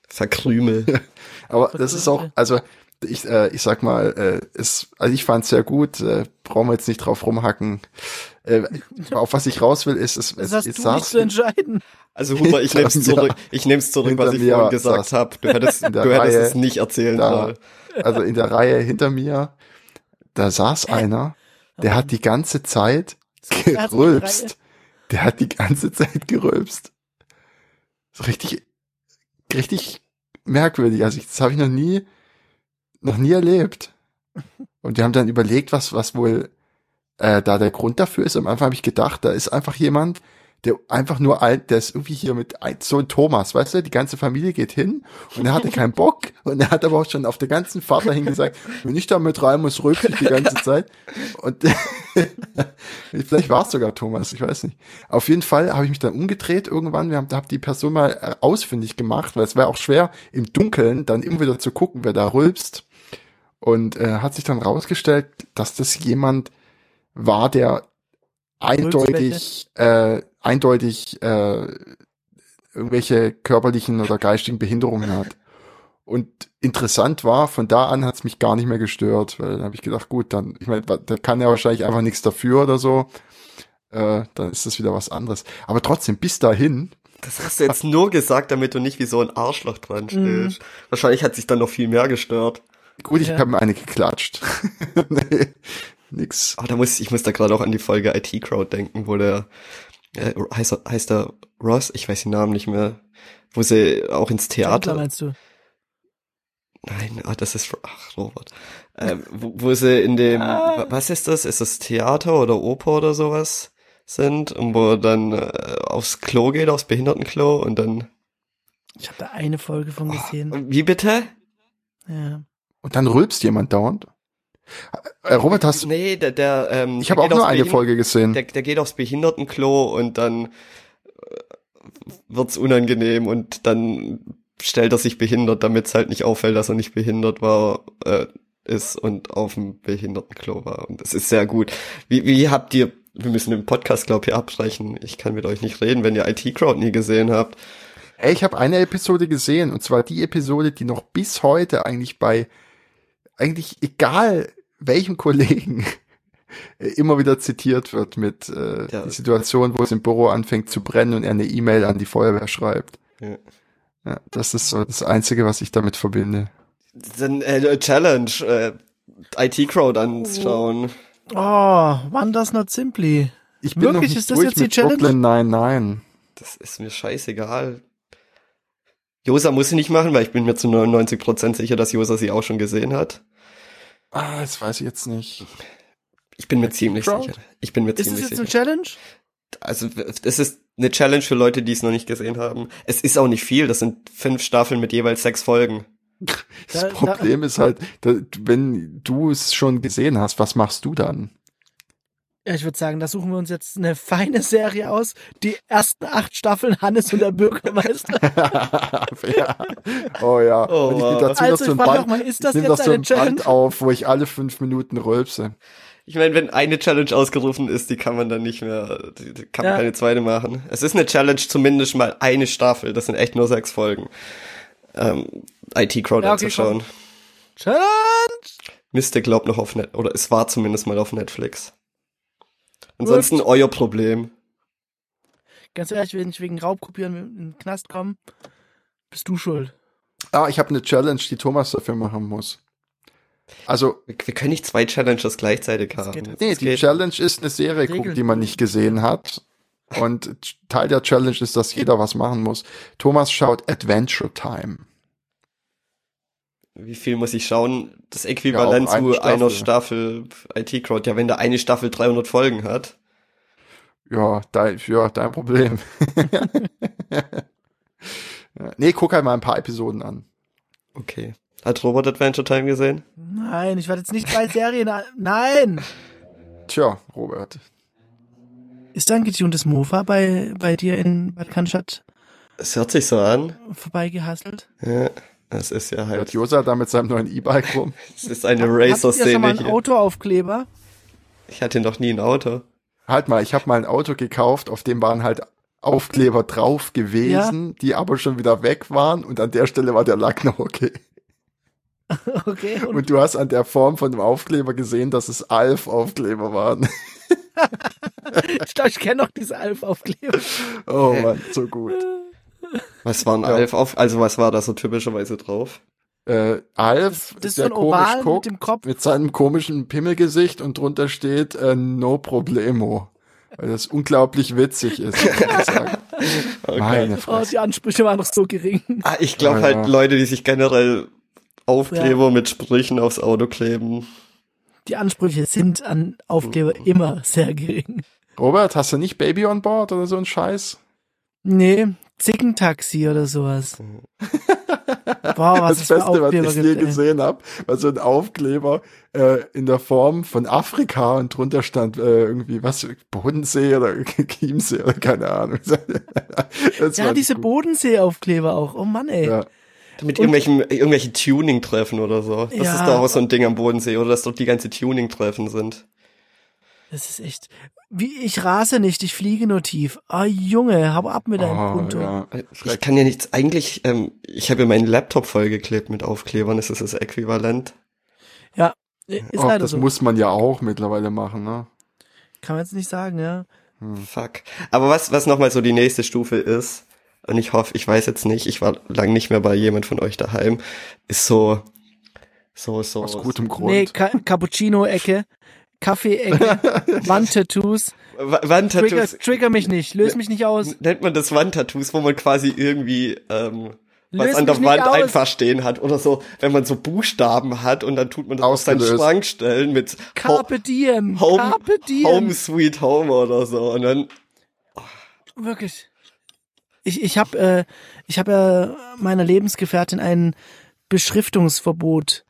Speaker 1: verkrümel.
Speaker 3: Aber das ist auch, also ich, äh, ich sag mal, äh, ist, also ich fand's sehr gut, äh, brauchen wir jetzt nicht drauf rumhacken. Äh, auf was ich raus will, ist, es,
Speaker 2: das
Speaker 3: es,
Speaker 2: hast
Speaker 3: es
Speaker 2: du nicht
Speaker 3: saß
Speaker 2: zu entscheiden.
Speaker 1: Also Huber, ich
Speaker 3: Hinter
Speaker 1: nehm's
Speaker 3: mir-
Speaker 1: zurück, ich nehm's zurück, was
Speaker 3: hinter
Speaker 1: ich
Speaker 3: mir
Speaker 1: vorhin gesagt
Speaker 3: saß-
Speaker 1: habe. Du hättest,
Speaker 3: in der
Speaker 1: du hättest
Speaker 3: Reihe
Speaker 1: es nicht erzählen
Speaker 3: da,
Speaker 1: sollen.
Speaker 3: also in der Reihe hinter mir, da saß einer, der hat die ganze Zeit
Speaker 2: er hat so eine
Speaker 3: gerülpst. Der hat die ganze Zeit gerülpst. So richtig, richtig merkwürdig. Also ich, das habe ich noch nie, noch nie erlebt. Und wir haben dann überlegt, was, was wohl äh, da der Grund dafür ist. Am Anfang habe ich gedacht, da ist einfach jemand, der einfach nur alt, der ist irgendwie hier mit ein- so ein Thomas, weißt du, die ganze Familie geht hin und er hatte keinen Bock und er hat aber auch schon auf der ganzen Fahrt dahin gesagt, wenn ich da mit rein muss, rülpse ich die ganze Zeit. Und vielleicht war es sogar Thomas, ich weiß nicht. Auf jeden Fall habe ich mich dann umgedreht irgendwann, wir haben hab die Person mal äh, ausfindig gemacht, weil es war auch schwer im Dunkeln dann immer wieder zu gucken, wer da rülpst. Und äh, hat sich dann rausgestellt, dass das jemand war, der eindeutig, äh, eindeutig äh, irgendwelche körperlichen oder geistigen Behinderungen hat. Und interessant war, von da an hat's mich gar nicht mehr gestört, weil dann habe ich gedacht, gut, dann, ich meine, da kann er wahrscheinlich einfach nichts dafür oder so. Äh, dann ist das wieder was anderes. Aber trotzdem, bis dahin,
Speaker 1: Das hast du jetzt nur gesagt, damit du nicht wie so ein Arschloch dran stehst. Wahrscheinlich hat sich dann noch viel mehr gestört.
Speaker 3: gut, ich
Speaker 2: Ja.
Speaker 3: habe mir eine geklatscht. nee, nix.
Speaker 1: Ah, da muss ich muss da gerade auch an die Folge IT Crowd denken, wo der äh, heißt, er- heißt der Ross, ich weiß den Namen nicht mehr, wo sie auch ins
Speaker 2: Chandler
Speaker 1: Theater.
Speaker 2: meinst du?
Speaker 1: Nein, ah, das ist ach Robert, ähm, wo, wo sie in dem wa- was ist das? Ist das Theater oder Oper oder sowas sind und wo er dann äh, aufs Klo geht, aufs Behindertenklo und dann ah,
Speaker 2: Ich habe da eine Folge
Speaker 3: Oh.
Speaker 2: von gesehen.
Speaker 1: wie bitte?
Speaker 2: Ja.
Speaker 3: Und dann rülpst jemand dauernd. Äh, Robert, hast,
Speaker 1: Nee, der, der ähm,
Speaker 3: ich
Speaker 1: der
Speaker 3: habe auch
Speaker 1: geht
Speaker 3: nur
Speaker 1: aufs
Speaker 3: eine
Speaker 1: Behinder-
Speaker 3: Folge gesehen.
Speaker 1: der, der geht aufs Behindertenklo und dann äh, wird's unangenehm und dann stellt er sich behindert, damit's halt nicht auffällt, dass er nicht behindert war, äh, ist und auf dem Behindertenklo war. Und das ist sehr gut. Wie, wie habt ihr, wir müssen den Podcast, glaube ich, abbrechen. Ich kann mit euch nicht reden, wenn ihr IT-Crowd nie gesehen habt.
Speaker 3: Ey, ich habe eine Episode gesehen und zwar die Episode, die noch bis heute eigentlich bei eigentlich egal welchem Kollegen äh, immer wieder zitiert wird mit äh,
Speaker 1: Ja.
Speaker 3: die Situation, wo es im Büro anfängt zu brennen und er eine E-Mail an die Feuerwehr schreibt.
Speaker 1: Ja.
Speaker 3: Ja, das ist so das Einzige, was ich damit verbinde.
Speaker 1: Dann äh, Challenge, äh, IT-Crowd anschauen.
Speaker 2: Oh, One Does Not Simply.
Speaker 3: Ich
Speaker 2: Wirklich? Ist das jetzt die
Speaker 3: mit
Speaker 2: Challenge?
Speaker 3: Brooklyn nein, nein.
Speaker 1: Das ist mir scheißegal. Josa muss sie nicht machen, weil ich bin mir zu 99% sicher, dass Josa sie auch schon gesehen hat.
Speaker 3: Ah, das weiß ich jetzt nicht.
Speaker 1: Ich bin mir ziemlich
Speaker 3: Crowd?
Speaker 1: sicher. Ich bin mir
Speaker 2: Ist es
Speaker 1: ziemlich
Speaker 2: jetzt eine
Speaker 1: sicher.
Speaker 2: Challenge?
Speaker 1: Also es ist eine Challenge für Leute, die es noch nicht gesehen haben. Es ist auch nicht viel. Das sind fünf Staffeln mit jeweils sechs Folgen.
Speaker 3: Das
Speaker 2: Da- da-
Speaker 3: Problem ist halt, da, wenn du es schon gesehen hast, was machst du dann?
Speaker 2: Ja, ich würde sagen, da suchen wir uns jetzt eine feine Serie aus. Die ersten acht Staffeln Hannes und der Bürgermeister.
Speaker 3: ja. Oh ja.
Speaker 1: Oh,
Speaker 3: und ich nehm
Speaker 1: wow.
Speaker 3: dazu
Speaker 2: Also,
Speaker 3: noch so
Speaker 2: ich
Speaker 3: ein
Speaker 2: frag
Speaker 3: Band,
Speaker 2: noch mal, ist das
Speaker 3: ich
Speaker 2: jetzt
Speaker 3: nehm noch so
Speaker 2: eine
Speaker 3: ein Band
Speaker 2: Challenge?
Speaker 3: auf, wo ich alle fünf Minuten rülpse.
Speaker 1: Ich meine, wenn eine Challenge ausgerufen ist, die kann man dann nicht mehr, die, die kann man
Speaker 2: Ja.
Speaker 1: keine zweite machen. Es ist eine Challenge, zumindest mal eine Staffel. Das sind echt nur sechs Folgen. Ähm, IT-Crowd
Speaker 2: Ja, okay,
Speaker 1: anzuschauen.
Speaker 2: Challenge!
Speaker 1: Mystic glaubt noch auf Net oder es war zumindest mal auf Netflix. Ansonsten euer Problem.
Speaker 2: Ganz ehrlich, wenn ich wegen Raubkopieren in den Knast komme, bist du schuld.
Speaker 3: Ah, ich habe eine Challenge, die Thomas dafür machen muss. Also,
Speaker 1: Wir, wir können nicht zwei Challenges gleichzeitig haben.
Speaker 2: geht
Speaker 3: nee,
Speaker 1: Das
Speaker 3: die
Speaker 1: geht-
Speaker 3: Challenge ist eine Serie,
Speaker 2: Regeln.
Speaker 3: gucken, die man nicht gesehen hat. Und Teil der Challenge ist, dass jeder was machen muss. Thomas schaut Adventure Time.
Speaker 1: Wie viel muss ich schauen? Das Äquivalent
Speaker 3: Ja, auf eine
Speaker 1: zu einer Staffel IT-Crowd. Ja, wenn da eine Staffel 300 Folgen hat.
Speaker 3: Ja, dein, ja, dein Problem. Ja. Nee, guck halt mal ein paar Episoden an.
Speaker 1: Okay. Hat Robert Adventure Time gesehen?
Speaker 2: Nein, ich werde jetzt nicht bei Serien. an- Nein!
Speaker 3: Tja, Robert.
Speaker 2: Ist da ein getuntes Mofa bei, bei dir in Bad Cannstatt
Speaker 1: Es hört sich so an.
Speaker 2: vorbeigehasselt?
Speaker 1: Ja, es ist ja
Speaker 3: Hört
Speaker 1: halt.
Speaker 3: Josa da mit seinem neuen E-Bike rum?
Speaker 1: Es ist eine
Speaker 2: Habt ihr schon mal
Speaker 1: Racer-Szene
Speaker 2: einen
Speaker 1: hier.
Speaker 2: Autoaufkleber?
Speaker 1: Ich hatte noch nie ein Auto.
Speaker 3: Halt mal, ich habe mal ein Auto gekauft, auf dem waren halt Aufkleber drauf gewesen, die aber schon wieder weg waren und an der Stelle war der Lack noch okay.
Speaker 2: Okay, und,
Speaker 3: Und du hast an der Form von dem Aufkleber gesehen, dass es Alf-Aufkleber waren.
Speaker 2: ich glaube, ich kenne noch diese Alf-Aufkleber.
Speaker 3: Oh Mann, so gut.
Speaker 1: Was war ein
Speaker 3: Ja.
Speaker 1: Alf auf? Also was war da so typischerweise drauf?
Speaker 3: Äh, Alf,
Speaker 2: Das ist so
Speaker 3: der
Speaker 2: ein
Speaker 3: komisch
Speaker 2: Oval mit
Speaker 3: guckt,
Speaker 2: dem Kopf.
Speaker 3: mit seinem komischen Pimmelgesicht und drunter steht äh, No Problemo. Weil das unglaublich witzig ist, muss ich sagen. Meine
Speaker 2: Oh,
Speaker 3: Fresse.
Speaker 2: die Ansprüche waren noch so gering.
Speaker 1: Ah, ich glaube
Speaker 3: Ah,
Speaker 1: halt
Speaker 3: ja.
Speaker 1: Leute, die sich generell Aufkleber mit Sprüchen aufs Auto kleben.
Speaker 2: Die Ansprüche sind an Aufkleber
Speaker 3: Mhm.
Speaker 2: immer sehr gering.
Speaker 3: Robert, hast du nicht Baby on Board oder so ein Scheiß?
Speaker 2: Nee, Zickentaxi oder sowas. Boah, was
Speaker 3: Mhm. das
Speaker 2: ist für
Speaker 3: Beste, was
Speaker 2: Aufkleber
Speaker 3: ich je
Speaker 2: gibt, ey.
Speaker 3: gesehen habe, war so ein Aufkleber äh, in der Form von Afrika und drunter stand äh, irgendwie was, Bodensee oder Chiemsee oder keine Ahnung. Das
Speaker 2: Ja,
Speaker 3: war
Speaker 2: diese
Speaker 3: gut.
Speaker 2: Bodensee-Aufkleber auch. Oh Mann, ey.
Speaker 3: Ja.
Speaker 1: Mit irgendwelchen, irgendwelchen Tuning-Treffen oder so. Das
Speaker 2: Ja.
Speaker 1: ist doch auch so ein Ding am Bodensee, oder dass dort die ganze Tuning-Treffen sind.
Speaker 2: Das ist echt. Wie, ich rase nicht, ich fliege nur tief. Ah, Junge, hau ab mit deinem
Speaker 3: Oh,
Speaker 2: Punto.
Speaker 3: ja.
Speaker 1: Ich kann ja nichts, eigentlich, ähm, ich habe ja meinen Laptop vollgeklebt mit Aufklebern, ist das das Äquivalent?
Speaker 2: Äh, Ist
Speaker 3: Och,
Speaker 2: leider
Speaker 3: das
Speaker 2: so.
Speaker 3: muss man ja auch mittlerweile machen, ne?
Speaker 2: Kann man jetzt nicht sagen, ja.
Speaker 1: Fuck. Aber was, was nochmal so die nächste Stufe ist, und ich hoffe, ich weiß jetzt nicht, ich war lang nicht mehr bei jemand von euch daheim, ist so, so, so.
Speaker 3: Aus gutem Grund.
Speaker 2: Nee, Ka Cappuccino-Ecke, Kaffee-Ecke, Wandtattoos.
Speaker 1: Wa-
Speaker 2: Trigger,
Speaker 1: Wandtattoos.
Speaker 2: trigger mich nicht, löse mich nicht aus.
Speaker 1: Nennt man das Wandtattoos, wo man quasi irgendwie, ähm, was
Speaker 2: Löst
Speaker 1: an der
Speaker 2: mich nicht
Speaker 1: Wand
Speaker 2: aus.
Speaker 1: einfach stehen hat oder so, wenn man so Buchstaben hat und dann tut man das auf seinen
Speaker 3: Ausgelöst.
Speaker 1: Schrank stellen mit Ho-
Speaker 2: Carpe diem,
Speaker 1: Home,
Speaker 2: Carpe diem.
Speaker 1: Home Sweet Home oder so und dann
Speaker 2: Wirklich. Ich, ich habe äh, ich hab, äh, meiner Lebensgefährtin ein Beschriftungsverbot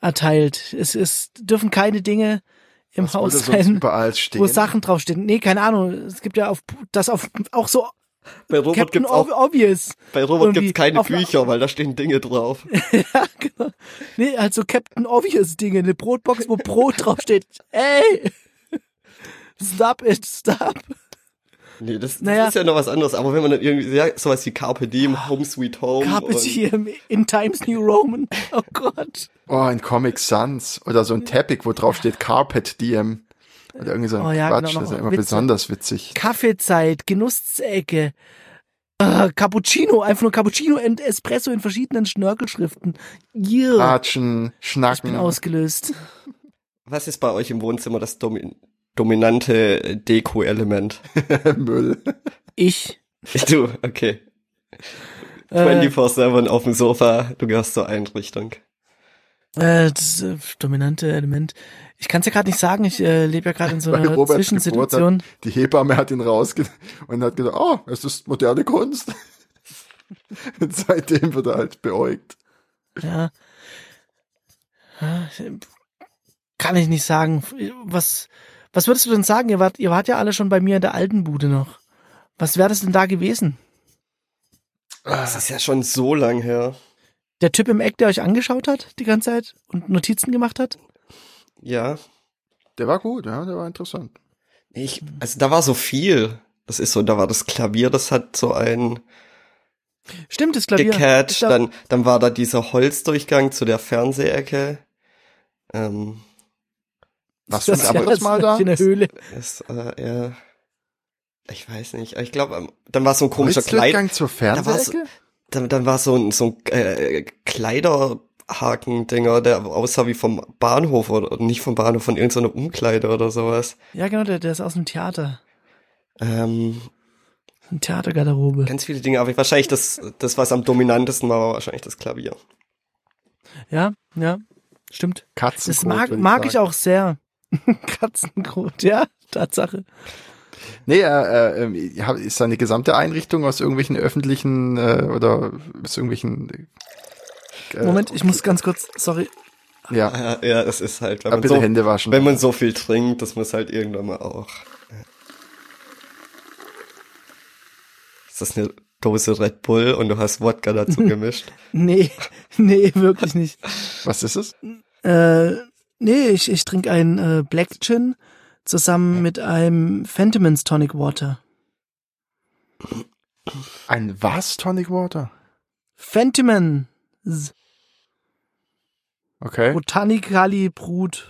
Speaker 2: erteilt. Es, es dürfen keine Dinge im
Speaker 3: Was
Speaker 2: Haus
Speaker 3: würde sonst
Speaker 2: sein,
Speaker 3: überall
Speaker 2: wo
Speaker 3: stehen.
Speaker 2: Sachen draufstehen. Nee, keine Ahnung. Es gibt ja auf, das auf, auch so
Speaker 1: bei Robert
Speaker 2: Captain
Speaker 1: gibt's auch
Speaker 2: Ob- Obvious.
Speaker 1: bei Robert
Speaker 2: irgendwie
Speaker 1: gibt's keine
Speaker 2: auf-
Speaker 1: Bücher, weil da stehen Dinge drauf.
Speaker 2: ja, genau. Nee, halt so Captain Obvious Dinge. Eine Brotbox, wo Brot draufsteht. Ey! Stop it, stop.
Speaker 1: Nee, das, das
Speaker 2: Naja.
Speaker 1: ist ja noch was anderes, aber wenn man dann irgendwie ja, sowas wie Carpe Diem, Home Sweet Home
Speaker 2: Carpe
Speaker 1: und-
Speaker 2: diem in Times New Roman. Oh Gott.
Speaker 3: Oh, in Comic Sans oder
Speaker 2: Mhm.
Speaker 3: so ein Teppich, wo drauf steht Carpet DM. Oder irgendwie so ein
Speaker 2: Oh ja,
Speaker 3: Quatsch,
Speaker 2: genau,
Speaker 3: das ist
Speaker 2: noch
Speaker 3: ja immer
Speaker 2: Witze.
Speaker 3: besonders witzig.
Speaker 2: Kaffeezeit, Genussecke, äh, Cappuccino, einfach nur Cappuccino und Espresso in verschiedenen Schnörkelschriften. Ihr,
Speaker 1: Ah,
Speaker 3: Ratschen, Schnacken.
Speaker 2: ich bin ausgelöst.
Speaker 1: Was ist bei euch im Wohnzimmer das Domin dominante äh, Deko-Element?
Speaker 3: Müll.
Speaker 2: Ich.
Speaker 1: du, okay. 24-7 auf dem Sofa, du gehörst zur Einrichtung.
Speaker 2: Äh, das äh, dominante Element. Ich kann es ja gerade nicht sagen, ich äh, lebe ja gerade in so
Speaker 3: Bei
Speaker 2: einer
Speaker 3: Roberts
Speaker 2: Zwischensituation.
Speaker 3: Geburt hat, die Hebamme hat ihn rausgenommen und hat gedacht, oh, es ist moderne Kunst. und seitdem wird er halt beäugt.
Speaker 2: Ja. Ja, Kann ich nicht sagen. Was, was würdest du denn sagen? Ihr wart, ihr wart ja alle schon bei mir in der alten Bude noch. Was wäre das denn da gewesen?
Speaker 1: Das ist ja schon so lang her.
Speaker 2: Der Typ im Eck, der euch angeschaut hat die ganze Zeit und Notizen gemacht hat?
Speaker 1: Ja.
Speaker 3: Der war gut, ja, der war interessant.
Speaker 1: Ich, also da war so viel. Das ist so, da war das Klavier, das hat so einen
Speaker 2: Stimmt, das Klavier.
Speaker 1: gecatcht.
Speaker 2: Ist da-
Speaker 1: Dann, dann war da dieser Holzdurchgang zu der Fernsehecke. Ähm,
Speaker 3: Was
Speaker 2: das
Speaker 3: für ein anderes
Speaker 2: ist
Speaker 3: Mal da?
Speaker 2: In der Höhle.
Speaker 1: das, äh, ja. Ich weiß nicht. Ich glaube, dann war so ein komischer Kleid.
Speaker 3: Holzdurchgang zur
Speaker 1: Da war so,
Speaker 3: Fernsehecke?
Speaker 1: dann, dann war so ein, so ein äh, Kleiderhaken-Dinger, der aussah wie vom Bahnhof oder, oder nicht vom Bahnhof, von irgendeiner Umkleide oder sowas.
Speaker 2: Ja, genau, der, der ist aus dem Theater.
Speaker 1: Ähm,
Speaker 2: Ein Theatergarderobe.
Speaker 1: Ganz viele Dinge, aber wahrscheinlich das, das was am dominantesten war, war wahrscheinlich das Klavier.
Speaker 2: Ja, ja. Stimmt.
Speaker 3: Katzenkot,
Speaker 2: das mag,
Speaker 3: würde
Speaker 2: mag ich
Speaker 3: sagen.
Speaker 2: auch sehr. Katzenkot, ja. Tatsache.
Speaker 3: Nee, äh, äh, ich hab- ist seine gesamte Einrichtung aus irgendwelchen öffentlichen äh, oder aus irgendwelchen. Äh,
Speaker 2: Moment, ich muss ganz kurz, sorry.
Speaker 3: Ja,
Speaker 1: Ja, ja, das ist halt, wenn
Speaker 3: aber
Speaker 1: man,
Speaker 3: bitte
Speaker 1: so,
Speaker 3: Hände waschen.
Speaker 1: wenn man so viel trinkt, das muss halt irgendwann mal auch. Ist das eine Dose Red Bull und du hast Wodka dazu gemischt?
Speaker 2: Nee, nee, wirklich nicht.
Speaker 3: Was ist es?
Speaker 2: Äh, nee, ich, ich trinke einen äh, Black Gin zusammen mit einem Fentimans Tonic Water.
Speaker 3: Ein was? Tonic Water?
Speaker 2: Fentimans
Speaker 3: Okay.
Speaker 2: Botanicali Brut.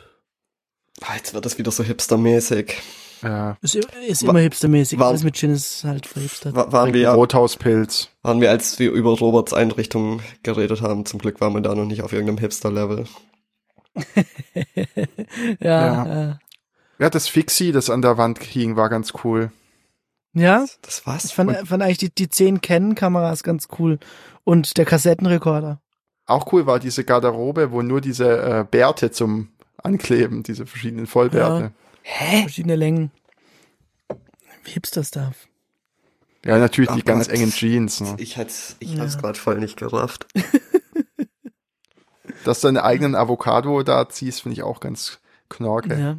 Speaker 1: Ah, Jetzt wird das wieder so hipstermäßig.
Speaker 3: Ja.
Speaker 2: Ist, i- ist
Speaker 1: Wa-
Speaker 2: immer hipstermäßig.
Speaker 1: wa-
Speaker 2: Alles mit Gin ist halt verhipstert.
Speaker 1: Wa- Waren wir,
Speaker 3: Rothauspilz.
Speaker 1: waren wir, als wir über Roberts Einrichtung geredet haben, zum Glück waren wir da noch nicht auf irgendeinem Hipster-Level.
Speaker 2: ja,
Speaker 3: Ja.
Speaker 2: ja.
Speaker 3: Ja, das Fixie, das an der Wand hing, war ganz cool.
Speaker 2: ja?
Speaker 1: Das war's.
Speaker 2: Ich fand, fand eigentlich die, die 10 Canon-Kameras ganz cool. Und der Kassettenrekorder.
Speaker 3: Auch cool war diese Garderobe, wo nur diese äh, Bärte zum Ankleben, diese verschiedenen Vollbärte.
Speaker 2: Hä? Verschiedene Längen. Hipster-Stuff.
Speaker 3: Ja, natürlich die
Speaker 1: Ach
Speaker 3: ganz
Speaker 1: Gott.
Speaker 3: engen Jeans. Ne?
Speaker 1: Ich hat's, ich
Speaker 2: Ja.
Speaker 1: hab's gerade voll nicht gerafft.
Speaker 3: Dass du deinen eigenen Avocado da ziehst, finde ich auch ganz knorke.
Speaker 2: Ja.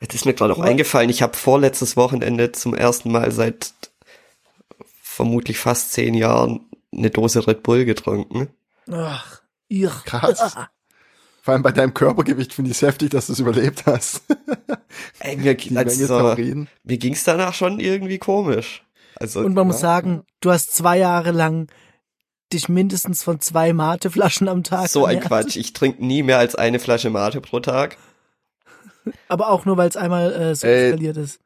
Speaker 1: Jetzt ist mir gerade auch
Speaker 2: Aber-
Speaker 1: eingefallen, ich habe vorletztes Wochenende zum ersten Mal seit vermutlich fast zehn Jahren eine Dose Red Bull getrunken.
Speaker 2: Ach, ich.
Speaker 3: Krass. Vor allem bei deinem Körpergewicht finde ich es heftig, dass du es überlebt hast.
Speaker 1: Ey, mir,
Speaker 3: Die Menge
Speaker 1: also,
Speaker 3: Kalorien.
Speaker 1: mir ging's danach schon irgendwie komisch. Also,
Speaker 2: Und man muss
Speaker 3: Ja.
Speaker 2: sagen, du hast zwei Jahre lang dich mindestens von zwei Mateflaschen am Tag.
Speaker 1: so ein
Speaker 2: ernährt.
Speaker 1: Quatsch. Ich trinke nie mehr als eine Flasche Mate pro Tag.
Speaker 2: Aber auch nur, weil es einmal äh, so
Speaker 3: Ey,
Speaker 2: eskaliert ist.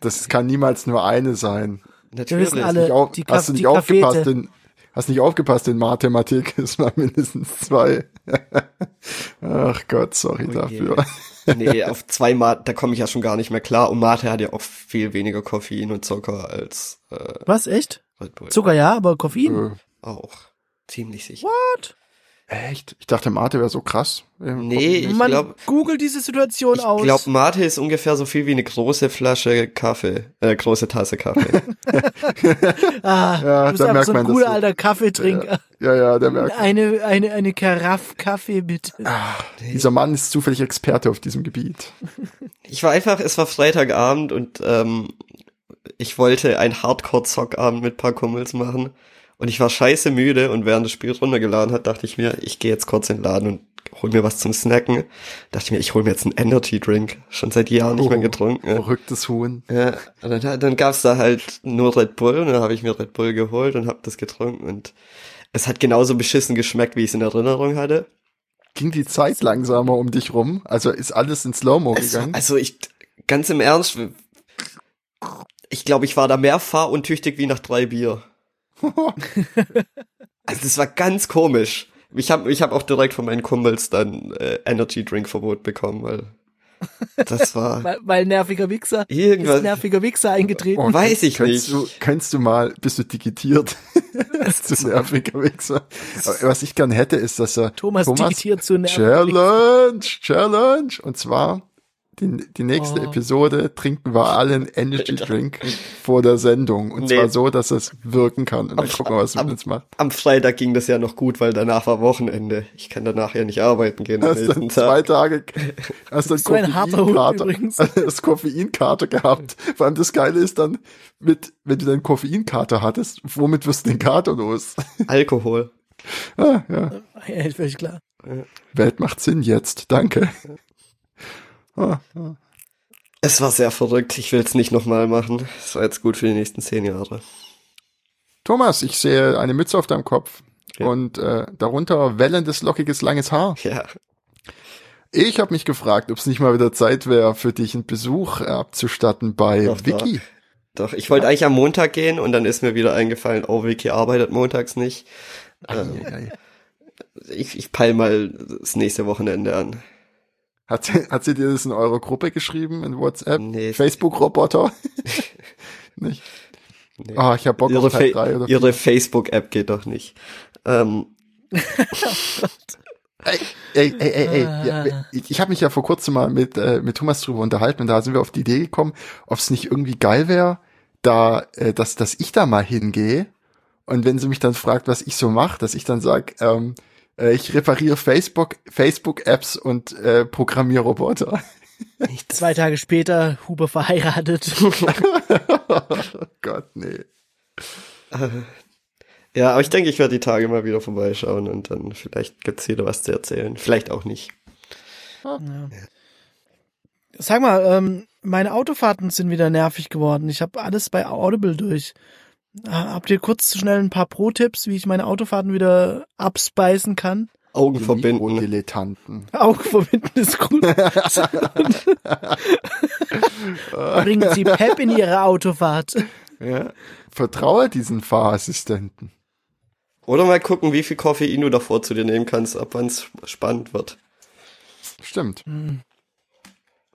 Speaker 3: Das kann niemals nur eine sein.
Speaker 1: Natürlich.
Speaker 2: wissen alle-
Speaker 3: Nicht auf,
Speaker 2: die Ka-
Speaker 3: hast du
Speaker 2: die
Speaker 3: nicht aufgepasst
Speaker 2: Cafete.
Speaker 3: in, hast nicht aufgepasst in Mathematik, es waren mindestens zwei. Ach Gott, sorry
Speaker 1: Oh je.
Speaker 3: dafür.
Speaker 1: nee, auf zwei Mate, da komme ich ja schon gar nicht mehr klar. Und Mate hat ja auch viel weniger Koffein und Zucker als äh,
Speaker 2: Was, echt?
Speaker 1: Red Bull.
Speaker 2: Zucker ja, aber Koffein?
Speaker 3: Äh,
Speaker 1: Auch. Ziemlich sicher.
Speaker 2: What?
Speaker 3: Echt? Ich dachte, Mate wäre so krass. Ähm,
Speaker 1: Nee, ich
Speaker 2: Man
Speaker 1: glaube,
Speaker 2: googelt diese Situation aus.
Speaker 1: Ich glaube, Mate ist ungefähr so viel wie eine große Flasche Kaffee, äh, große Tasse Kaffee.
Speaker 2: ah,
Speaker 3: Ja,
Speaker 2: du bist
Speaker 3: da
Speaker 2: einfach
Speaker 3: merkt
Speaker 2: so ein
Speaker 3: man das
Speaker 2: guter
Speaker 3: so.
Speaker 2: alter Kaffeetrinker.
Speaker 3: Ja, ja, der merkt. Ah.
Speaker 2: Eine, eine, eine Karaffe Kaffee, bitte.
Speaker 3: Dieser Mann ist zufällig Experte auf diesem Gebiet.
Speaker 1: ich war einfach, es war Freitagabend und ähm, ich wollte einen Hardcore-Zockabend mit ein paar Kumpels machen und ich war scheiße müde und während das Spiel runtergeladen hat, dachte ich mir, ich gehe jetzt kurz in den Laden und hol mir was zum Snacken. Dachte ich mir, ich hol mir jetzt einen Energy-Drink. Schon seit Jahren nicht mehr
Speaker 3: Oh,
Speaker 1: getrunken.
Speaker 3: Verrücktes Huhn.
Speaker 1: Ja, und dann, dann gab's da halt nur Red Bull und dann habe ich mir Red Bull geholt und habe das getrunken und es hat genauso beschissen geschmeckt, wie ich es in Erinnerung hatte.
Speaker 3: Ging die Zeit langsamer um dich rum? Also ist alles in Slow-Mo
Speaker 1: Es,
Speaker 3: gegangen?
Speaker 1: also ich, ganz im Ernst, ich glaube, ich war da mehr fahruntüchtig wie nach drei Bier. Also das war ganz komisch. Ich habe ich hab auch direkt von meinen Kumpels dann äh, Energy Drink Verbot bekommen, weil das war
Speaker 2: Weil, weil nerviger Wichser ist
Speaker 1: irgendwas.
Speaker 2: nerviger Wichser eingetreten.
Speaker 3: Oh,
Speaker 1: Weiß ich
Speaker 3: könntest
Speaker 1: nicht.
Speaker 3: Du, könntest du mal, bist du digitiert? Bist du nerviger Wichser? Aber Was ich gern hätte, ist, dass er
Speaker 2: Thomas, digitiert zu nerven.
Speaker 3: Challenge, Challenge. Und zwar die, die nächste
Speaker 2: Oh.
Speaker 3: Episode trinken wir alle einen Energy Drink vor der Sendung. Und
Speaker 1: Nee.
Speaker 3: zwar so, dass es wirken kann. Und dann gucken wir, was
Speaker 1: am-
Speaker 3: mit uns macht.
Speaker 1: Am Freitag ging das ja noch gut, weil danach war Wochenende. Ich kann danach ja nicht arbeiten gehen am
Speaker 3: Hast dann
Speaker 1: nächsten
Speaker 3: zwei
Speaker 1: Tag.
Speaker 3: Tage, hast dann
Speaker 2: so ein harter Hund übrigens.
Speaker 3: Koffeinkater, das Koffeinkater gehabt. Vor allem das Geile ist dann, mit, wenn du deinen Koffeinkater hattest, womit wirst du den Kater los?
Speaker 1: Alkohol.
Speaker 3: Ah, ja.
Speaker 2: Ja, völlig klar.
Speaker 3: Welt macht Sinn jetzt. Danke. Ah,
Speaker 1: Es war sehr verrückt. Ich will es nicht nochmal machen. Es war jetzt gut für die nächsten zehn Jahre.
Speaker 3: Thomas, ich sehe eine Mütze auf deinem Kopf
Speaker 1: Ja.
Speaker 3: und äh, darunter wellendes, lockiges, langes Haar.
Speaker 1: Ja.
Speaker 3: Ich habe mich gefragt, ob es nicht mal wieder Zeit wäre, für dich einen Besuch äh, abzustatten bei
Speaker 1: Doch, doch.
Speaker 3: Vicky.
Speaker 1: Doch, ich wollte eigentlich am Montag gehen und dann ist mir wieder eingefallen, oh, Vicky arbeitet montags nicht. Ähm,
Speaker 3: Eieiei.
Speaker 1: ich, ich peil mal das nächste Wochenende an.
Speaker 3: Hat, sie- hat sie dir das in eurer Gruppe geschrieben, in WhatsApp?
Speaker 1: Nee.
Speaker 3: Facebook-Roboter? nicht?
Speaker 1: Nee.
Speaker 3: Ah, ich habe Bock
Speaker 1: ihre
Speaker 3: auf Teil
Speaker 1: Fa
Speaker 3: 3 oder
Speaker 1: ihre Facebook-App geht doch nicht. Ähm,
Speaker 3: Ey, ey, ey, ey, ey. Ja, ich ich habe mich ja vor kurzem mal mit, äh, mit Thomas drüber unterhalten und da sind wir auf die Idee gekommen, ob es nicht irgendwie geil wäre, da, äh, dass, dass ich da mal hingehe und wenn sie mich dann fragt, was ich so mache, dass ich dann sage, ähm, äh, ich repariere Facebook, Facebook-Apps und äh, programmiere Roboter.
Speaker 2: Zwei Tage später, Huber verheiratet.
Speaker 3: Gott, nee.
Speaker 1: Ja, aber ich denke, ich werde die Tage mal wieder vorbeischauen und dann vielleicht gibt's wieder was zu erzählen. Vielleicht auch nicht.
Speaker 2: Ja. Sag mal, ähm, meine Autofahrten sind wieder nervig geworden. Ich habe alles bei Audible durch. Ha- Habt ihr kurz schnell ein paar Pro-Tipps, wie ich meine Autofahrten wieder abspeisen kann?
Speaker 1: Augen
Speaker 3: Die
Speaker 1: verbinden.
Speaker 3: Mikrodilettanten.
Speaker 2: Augenverbinden ist gut. Bringen Sie Pep in Ihre Autofahrt.
Speaker 3: Ja. Vertraue diesen Fahrassistenten.
Speaker 1: Oder mal gucken, wie viel Koffein du davor zu dir nehmen kannst, ab wann's spannend wird.
Speaker 3: Stimmt.
Speaker 2: Mhm.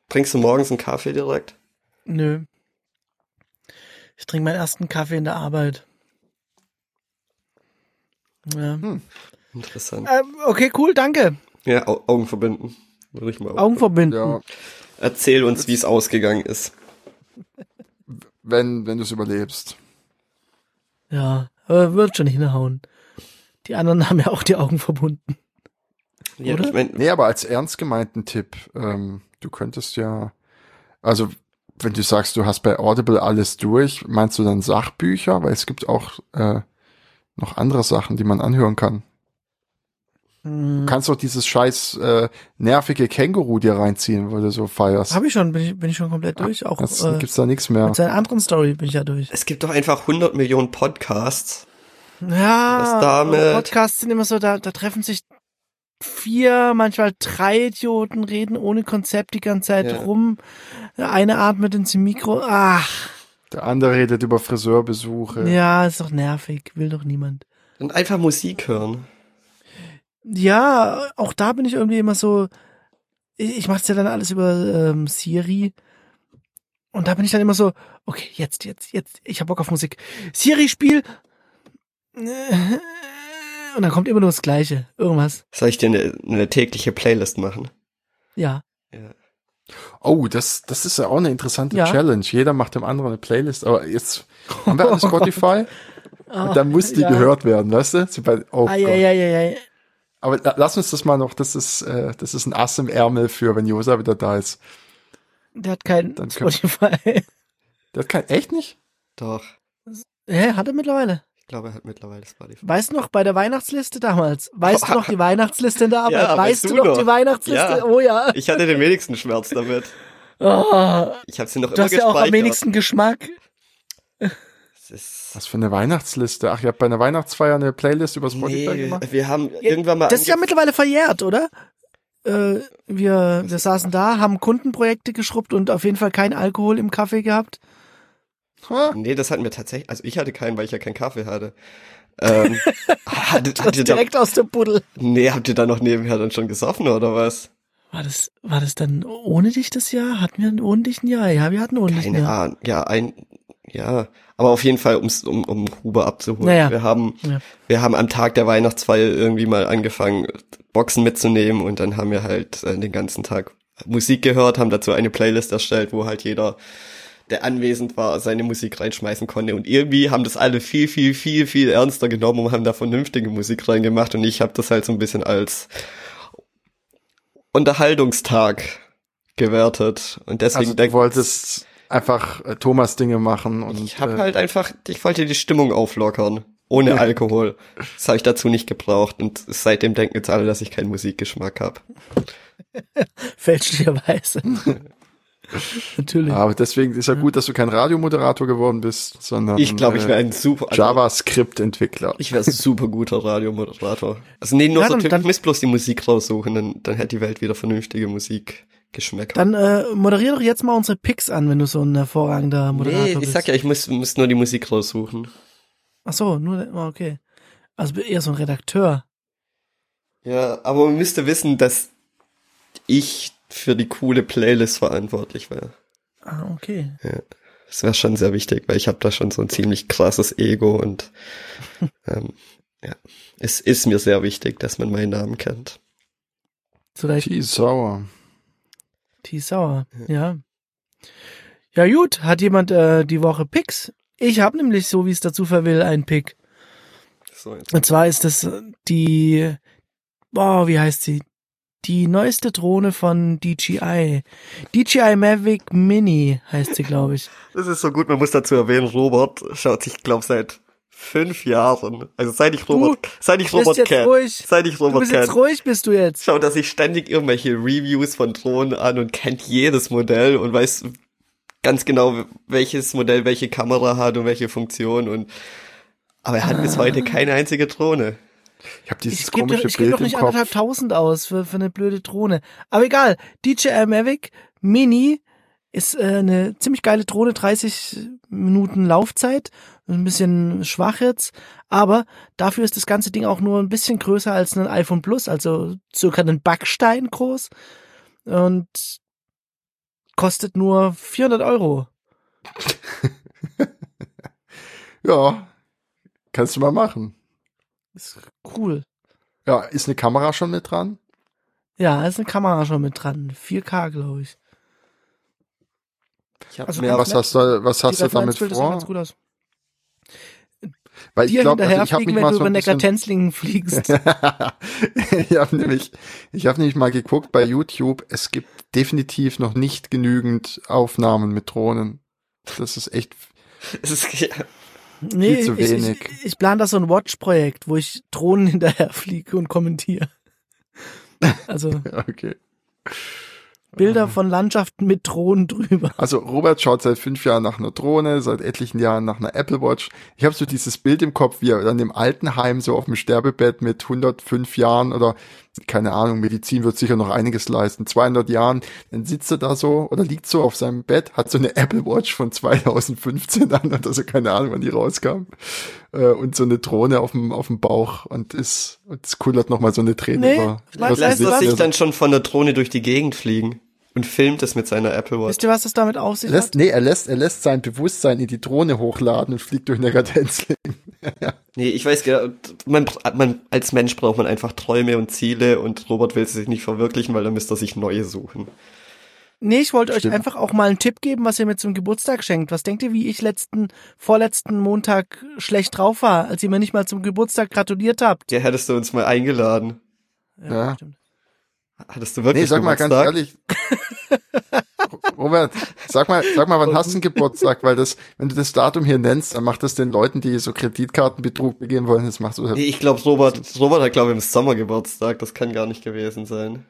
Speaker 1: Trinkst du morgens einen Kaffee direkt?
Speaker 2: Nö. Ich trinke meinen ersten Kaffee in der Arbeit. Ja.
Speaker 1: Interessant.
Speaker 2: Ähm, okay, cool, danke.
Speaker 1: Ja, Au Augen verbinden. Würde ich mal.
Speaker 2: Augen verbinden.
Speaker 3: Ja,
Speaker 1: Erzähl uns, wie es ausgegangen ist.
Speaker 3: wenn, wenn du es überlebst.
Speaker 2: Ja, aber wird schon hinhauen. Die anderen haben ja auch die Augen verbunden.
Speaker 1: Ja,
Speaker 2: Oder?
Speaker 1: Ich mein,
Speaker 3: Nee, aber als ernst gemeinten Tipp, ähm, du könntest ja, also wenn du sagst, du hast bei Audible alles durch, meinst du dann Sachbücher? Weil es gibt auch äh, noch andere Sachen, die man anhören kann. Du
Speaker 2: Hm.
Speaker 3: kannst auch dieses scheiß äh, nervige Känguru dir reinziehen, weil du so feierst.
Speaker 2: Hab ich schon, bin ich, bin ich schon komplett durch. Auch
Speaker 3: Das
Speaker 2: äh,
Speaker 3: gibt's da nichts mehr.
Speaker 2: mit seiner anderen Story bin ich ja durch.
Speaker 1: es gibt doch einfach 100 Millionen Podcasts.
Speaker 2: Ja,
Speaker 1: Was damit?
Speaker 2: aber Podcasts sind immer so, da, da treffen sich vier, manchmal drei Idioten, reden ohne Konzept die ganze Zeit
Speaker 1: Ja.
Speaker 2: rum. Eine atmet ins Mikro. Ach,
Speaker 3: Der andere redet über Friseurbesuche.
Speaker 2: ja, ist doch nervig. Will doch niemand.
Speaker 1: Und einfach Musik hören.
Speaker 2: Ja, auch da bin ich irgendwie immer so, ich, ich mach's ja dann alles über ähm, Siri. Und da bin ich dann immer so, okay, jetzt, jetzt, jetzt, ich hab Bock auf Musik. Siri, spiel! Und dann kommt immer nur das Gleiche. Irgendwas.
Speaker 1: Soll ich dir eine, eine tägliche Playlist machen?
Speaker 2: Ja.
Speaker 1: Ja.
Speaker 3: Oh, das, das ist ja auch eine interessante
Speaker 2: Ja.
Speaker 3: Challenge. Jeder macht dem anderen eine Playlist. Aber jetzt haben wir alle Spotify
Speaker 1: Oh.
Speaker 2: Ah.
Speaker 3: und dann muss die
Speaker 2: ja.
Speaker 3: gehört werden, weißt du? Sie bei- Oh
Speaker 2: Ah,
Speaker 3: Gott.
Speaker 2: ja, ja, ja, ja.
Speaker 3: Aber la- lass uns das mal noch, das ist, äh, das ist ein Ass im Ärmel für, wenn Josa wieder da ist.
Speaker 2: Der hat keinen
Speaker 3: Dann können-
Speaker 2: Spotify.
Speaker 3: Der hat kein, echt nicht?
Speaker 1: Doch.
Speaker 2: Hä, hat er mittlerweile.
Speaker 1: Ich glaube, er hat mittlerweile Spotify.
Speaker 2: Weißt du noch, bei der Weihnachtsliste damals? Weißt du noch die Weihnachtsliste in der Arbeit?
Speaker 1: Ja, weißt
Speaker 2: weißt du
Speaker 1: du
Speaker 2: noch,
Speaker 1: noch?
Speaker 2: die Weihnachtsliste?
Speaker 1: Ja.
Speaker 2: Oh ja.
Speaker 1: Ich hatte den wenigsten Schmerz damit.
Speaker 2: Oh,
Speaker 1: Ich habe sie noch
Speaker 2: du
Speaker 1: immer
Speaker 2: hast ja
Speaker 1: gespeichert.
Speaker 2: auch am wenigsten Geschmack.
Speaker 1: Es ist-
Speaker 3: Was für eine Weihnachtsliste. Ach, ihr habt bei einer Weihnachtsfeier eine Playlist über Spotify
Speaker 1: Nee,
Speaker 3: gemacht?
Speaker 1: wir haben irgendwann mal
Speaker 2: Das ist ja
Speaker 1: angef-
Speaker 2: mittlerweile verjährt, oder? Äh, wir, wir saßen da, haben Kundenprojekte geschrubbt und auf jeden Fall keinen Alkohol im Kaffee gehabt.
Speaker 1: Also
Speaker 3: Ha?
Speaker 1: Nee, das hatten wir tatsächlich. Also ich hatte keinen, weil ich ja keinen Kaffee hatte. Ähm, hattet,
Speaker 2: Das
Speaker 1: habt ihr da,
Speaker 2: direkt aus der Buddel.
Speaker 1: nee, habt ihr da noch nebenher dann schon gesoffen oder was?
Speaker 2: War das, war das dann ohne dich das Jahr? Hatten wir ein ohne dich ein Jahr? Ja, wir hatten ohne dich ein
Speaker 1: Keine
Speaker 2: Jahr.
Speaker 1: Ahnung. Ja, ein, ja. Aber auf jeden Fall, um's, um, um Huber abzuholen.
Speaker 2: Naja.
Speaker 1: Wir haben,
Speaker 2: Ja.
Speaker 1: wir haben am Tag der Weihnachtsfeier irgendwie mal angefangen, Boxen mitzunehmen und dann haben wir halt äh, den ganzen Tag Musik gehört, haben dazu eine Playlist erstellt, wo halt jeder, der anwesend war, seine Musik reinschmeißen konnte. Und irgendwie haben das alle viel, viel, viel, viel ernster genommen und haben da vernünftige Musik reingemacht. Und ich habe das halt so ein bisschen als Unterhaltungstag gewertet. Und deswegen
Speaker 3: Also du
Speaker 1: denk-
Speaker 3: wolltest einfach äh, Thomas Dinge machen und
Speaker 1: ich habe
Speaker 3: äh,
Speaker 1: halt einfach, ich wollte die Stimmung auflockern. Ohne Alkohol. Das habe ich dazu nicht gebraucht. Und seitdem denken jetzt alle, dass ich keinen Musikgeschmack habe.
Speaker 2: Fälschlicherweise.
Speaker 1: Ah.
Speaker 2: Natürlich.
Speaker 3: aber deswegen ist ja gut, dass du kein Radiomoderator geworden bist, sondern
Speaker 1: Ich glaube, ich
Speaker 3: äh,
Speaker 1: wäre ein super. also,
Speaker 3: JavaScript-Entwickler.
Speaker 1: Ich wäre ein super guter Radiomoderator. Also nee, nur
Speaker 2: Ja,
Speaker 1: so
Speaker 2: dann-
Speaker 1: Typ,
Speaker 2: dann-
Speaker 1: ich muss bloß die Musik raussuchen, dann, dann hätte die Welt wieder vernünftige Musikgeschmäcker.
Speaker 2: Dann äh, moderier doch jetzt mal unsere Picks an, wenn du so ein hervorragender Moderator
Speaker 1: Nee,
Speaker 2: bist.
Speaker 1: ich sag ja, ich muss, muss nur die Musik raussuchen.
Speaker 2: Ach so, nur oh, okay. Also eher so ein Redakteur.
Speaker 1: Ja, aber man müsste wissen, dass ich für die coole Playlist verantwortlich wäre.
Speaker 2: Ah, okay.
Speaker 1: Das wäre schon sehr wichtig, weil ich habe da schon so ein ziemlich krasses Ego und ähm, ja, es ist mir sehr wichtig, dass man meinen Namen kennt.
Speaker 2: Zu Recht.
Speaker 3: Tea Sour.
Speaker 2: Tea Sour, ja. Ja gut, hat jemand äh, die Woche Picks? Ich habe nämlich, so wie es dazu verwill, einen Pick.
Speaker 1: So, jetzt.
Speaker 2: Und zwar ist das äh, die, boah, wie heißt sie? Die neueste Drohne von DJI. DJI Mavic Mini heißt sie, glaube ich.
Speaker 1: Das ist so gut, man muss dazu erwähnen, Robert schaut sich, glaube seit fünf Jahren. Also seit ich Robert, seit ich
Speaker 2: bist
Speaker 1: Robert
Speaker 2: jetzt
Speaker 1: kenne.
Speaker 2: ruhig.
Speaker 1: Seit ich
Speaker 2: Du
Speaker 1: Robert
Speaker 2: bist jetzt
Speaker 1: kenne.
Speaker 2: ruhig, bist du jetzt.
Speaker 1: Schaut er sich ständig irgendwelche Reviews von Drohnen an und kennt jedes Modell und weiß ganz genau, welches Modell welche Kamera hat und welche Funktion und aber er hat
Speaker 2: Ah.
Speaker 1: bis heute keine einzige Drohne.
Speaker 3: Ich habe dieses
Speaker 2: Ich gebe doch,
Speaker 3: komische
Speaker 2: ich geb
Speaker 3: Bild
Speaker 2: doch nicht
Speaker 3: im Kopf.
Speaker 2: anderthalb tausend aus für, für eine blöde Drohne. Aber egal, DJI Mavic Mini ist äh, eine ziemlich geile Drohne, 30 Minuten Laufzeit, ein bisschen schwach jetzt, aber dafür ist das ganze Ding auch nur ein bisschen größer als ein iPhone Plus, also circa einen Backstein groß und kostet nur 400 Euro.
Speaker 3: Ja, kannst du mal machen.
Speaker 2: Ist cool.
Speaker 3: Ja, ist eine Kamera schon mit dran?
Speaker 2: Ja, ist eine Kamera schon mit dran, 4K glaube ich.
Speaker 1: Ich hab
Speaker 2: Also,
Speaker 1: mir
Speaker 3: was hast du, was hast
Speaker 2: Die
Speaker 3: du damit
Speaker 2: Referenzbild sah ganz
Speaker 3: vor?
Speaker 2: gut aus.
Speaker 3: Weil ich
Speaker 2: dir
Speaker 3: glaube, also ich habe
Speaker 2: hinterherfliegen,
Speaker 3: mich
Speaker 2: wenn
Speaker 3: mal
Speaker 2: du
Speaker 3: so
Speaker 2: über
Speaker 3: ein bisschen,
Speaker 2: Neckartenzlingen fliegst.
Speaker 3: ich habe nämlich, ich habe nämlich mal geguckt bei YouTube. Es gibt definitiv noch nicht genügend Aufnahmen mit Drohnen. Das ist echt.
Speaker 1: es ist, ja,
Speaker 2: Nee,
Speaker 3: zu
Speaker 2: ich,
Speaker 3: wenig.
Speaker 2: Ich, ich plane da so ein Watch-Projekt, wo ich Drohnen hinterherfliege und kommentiere. Also
Speaker 3: Okay.
Speaker 2: Bilder von Landschaften mit Drohnen drüber.
Speaker 3: Also Robert schaut seit fünf Jahren nach einer Drohne, seit etlichen Jahren nach einer Apple Watch. Ich habe so dieses Bild im Kopf, wie er dann im Altenheim so auf dem Sterbebett mit 105 Jahren oder keine Ahnung, Medizin wird sicher noch einiges leisten, 200 Jahren, dann sitzt er da so oder liegt so auf seinem Bett, hat so eine Apple Watch von 2015 an oder so, keine Ahnung, wann die rauskam, äh, und so eine Drohne auf dem, auf dem Bauch und ist, und es kullert nochmal so eine Träne
Speaker 2: Nee,
Speaker 3: über.
Speaker 2: vielleicht
Speaker 3: über seinen
Speaker 1: lässt er
Speaker 3: Sitz,
Speaker 1: sich
Speaker 3: der so-
Speaker 1: dann schon von der Drohne durch die Gegend fliegen und filmt es mit seiner Apple Watch.
Speaker 2: Wisst ihr, was das damit auf sich
Speaker 3: Er lässt,
Speaker 2: hat?
Speaker 3: nee, er lässt, er lässt sein Bewusstsein in die Drohne hochladen und fliegt durch Negadenzling.
Speaker 1: Nee, ich weiß genau, man, man, als Mensch braucht man einfach Träume und Ziele und Robert will sie sich nicht verwirklichen, weil dann müsste er sich neue suchen.
Speaker 2: Nee, ich wollte euch
Speaker 3: Stimmt.
Speaker 2: einfach auch mal einen Tipp geben, was ihr mir zum Geburtstag schenkt. Was denkt ihr, wie ich letzten, vorletzten Montag schlecht drauf war, als ihr mir nicht mal zum Geburtstag gratuliert habt?
Speaker 1: Der hättest du uns mal eingeladen.
Speaker 3: Ja.
Speaker 2: stimmt.
Speaker 1: Hattest du wirklich
Speaker 3: Nee, sag mal ganz
Speaker 1: Geburtstag?
Speaker 3: ehrlich. Robert, sag mal, sag mal, wann hast du einen Geburtstag? Weil das, wenn du das Datum hier nennst, dann macht das den Leuten, die so Kreditkartenbetrug begehen wollen, das macht so
Speaker 1: Nee, ich glaube, Robert, Robert hat, glaube ich, im Sommer Geburtstag. Das kann gar nicht gewesen sein.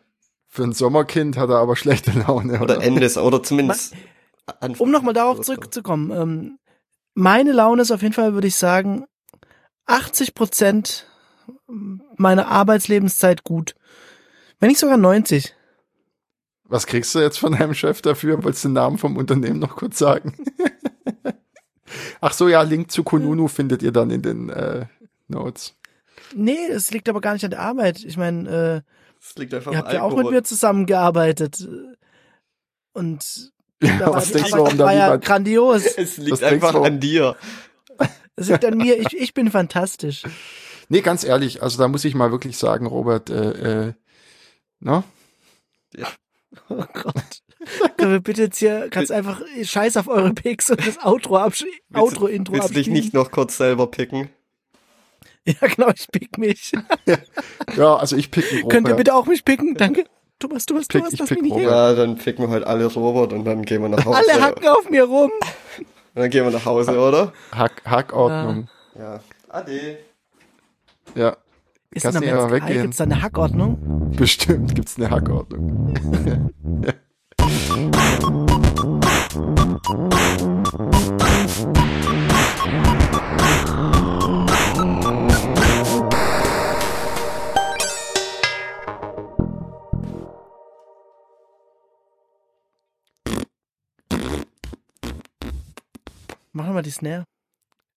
Speaker 3: für ein Sommerkind hat er aber schlechte Laune, oder?
Speaker 1: Oder Ende, oder zumindest Anfang.
Speaker 2: Um nochmal darauf zurückzukommen. Ähm, meine Laune ist auf jeden Fall, würde ich sagen, 80 Prozent meiner Arbeitslebenszeit gut. Wenn nicht sogar 90.
Speaker 3: Was kriegst du jetzt von deinem Chef dafür? Wolltest du den Namen vom Unternehmen noch kurz sagen? Ach so, ja, Link zu Konunu findet ihr dann in den äh, Notes.
Speaker 2: Nee, es liegt aber gar nicht an der Arbeit. Ich meine,
Speaker 1: Das liegt einfach am
Speaker 2: äh, ihr habt ja auch
Speaker 1: Alkohol.
Speaker 2: mit mir zusammengearbeitet. Und da war
Speaker 3: was
Speaker 2: die
Speaker 3: denkst du,
Speaker 2: Arbeit-
Speaker 3: warum da
Speaker 2: war ja
Speaker 3: niemand-
Speaker 2: grandios.
Speaker 1: Es
Speaker 3: Das
Speaker 1: liegt
Speaker 3: denkst
Speaker 1: einfach
Speaker 3: du auch.
Speaker 1: an dir.
Speaker 2: Es liegt an mir. Ich, ich bin fantastisch.
Speaker 3: Nee, ganz ehrlich, also da muss ich mal wirklich sagen, Robert, äh, äh, ne?
Speaker 2: Oh Gott. Können wir bitte jetzt hier ganz einfach Scheiß auf eure Picks und das Outro abschließen?
Speaker 1: Willst du-
Speaker 2: Outro, Intro
Speaker 1: Willst du dich
Speaker 2: abspielen?
Speaker 1: nicht noch kurz selber picken?
Speaker 2: Ja, genau, ich pick mich.
Speaker 3: Ja, also ich pick einen
Speaker 2: Könnt ihr
Speaker 3: Robert.
Speaker 2: bitte auch mich picken? Danke. Thomas, Thomas,
Speaker 3: Pick-
Speaker 2: Thomas,
Speaker 3: ich
Speaker 2: lass
Speaker 3: pick
Speaker 2: mich nicht hier.
Speaker 3: Robert.
Speaker 1: Ja, dann picken wir halt alle Robert und dann gehen wir nach Hause.
Speaker 2: Alle hacken auf mir rum.
Speaker 1: Dann gehen wir nach Hause, oder?
Speaker 3: Hack, Hackordnung.
Speaker 1: Ja. Ade.
Speaker 3: Ja.
Speaker 2: Ist
Speaker 3: Kannst
Speaker 2: in
Speaker 3: nicht
Speaker 2: der
Speaker 3: einfach
Speaker 2: Metzgerei
Speaker 3: weggehen.
Speaker 2: gibt's da eine Hackordnung?
Speaker 3: Bestimmt gibt's eine Hackordnung.
Speaker 2: Machen wir mal die Snare.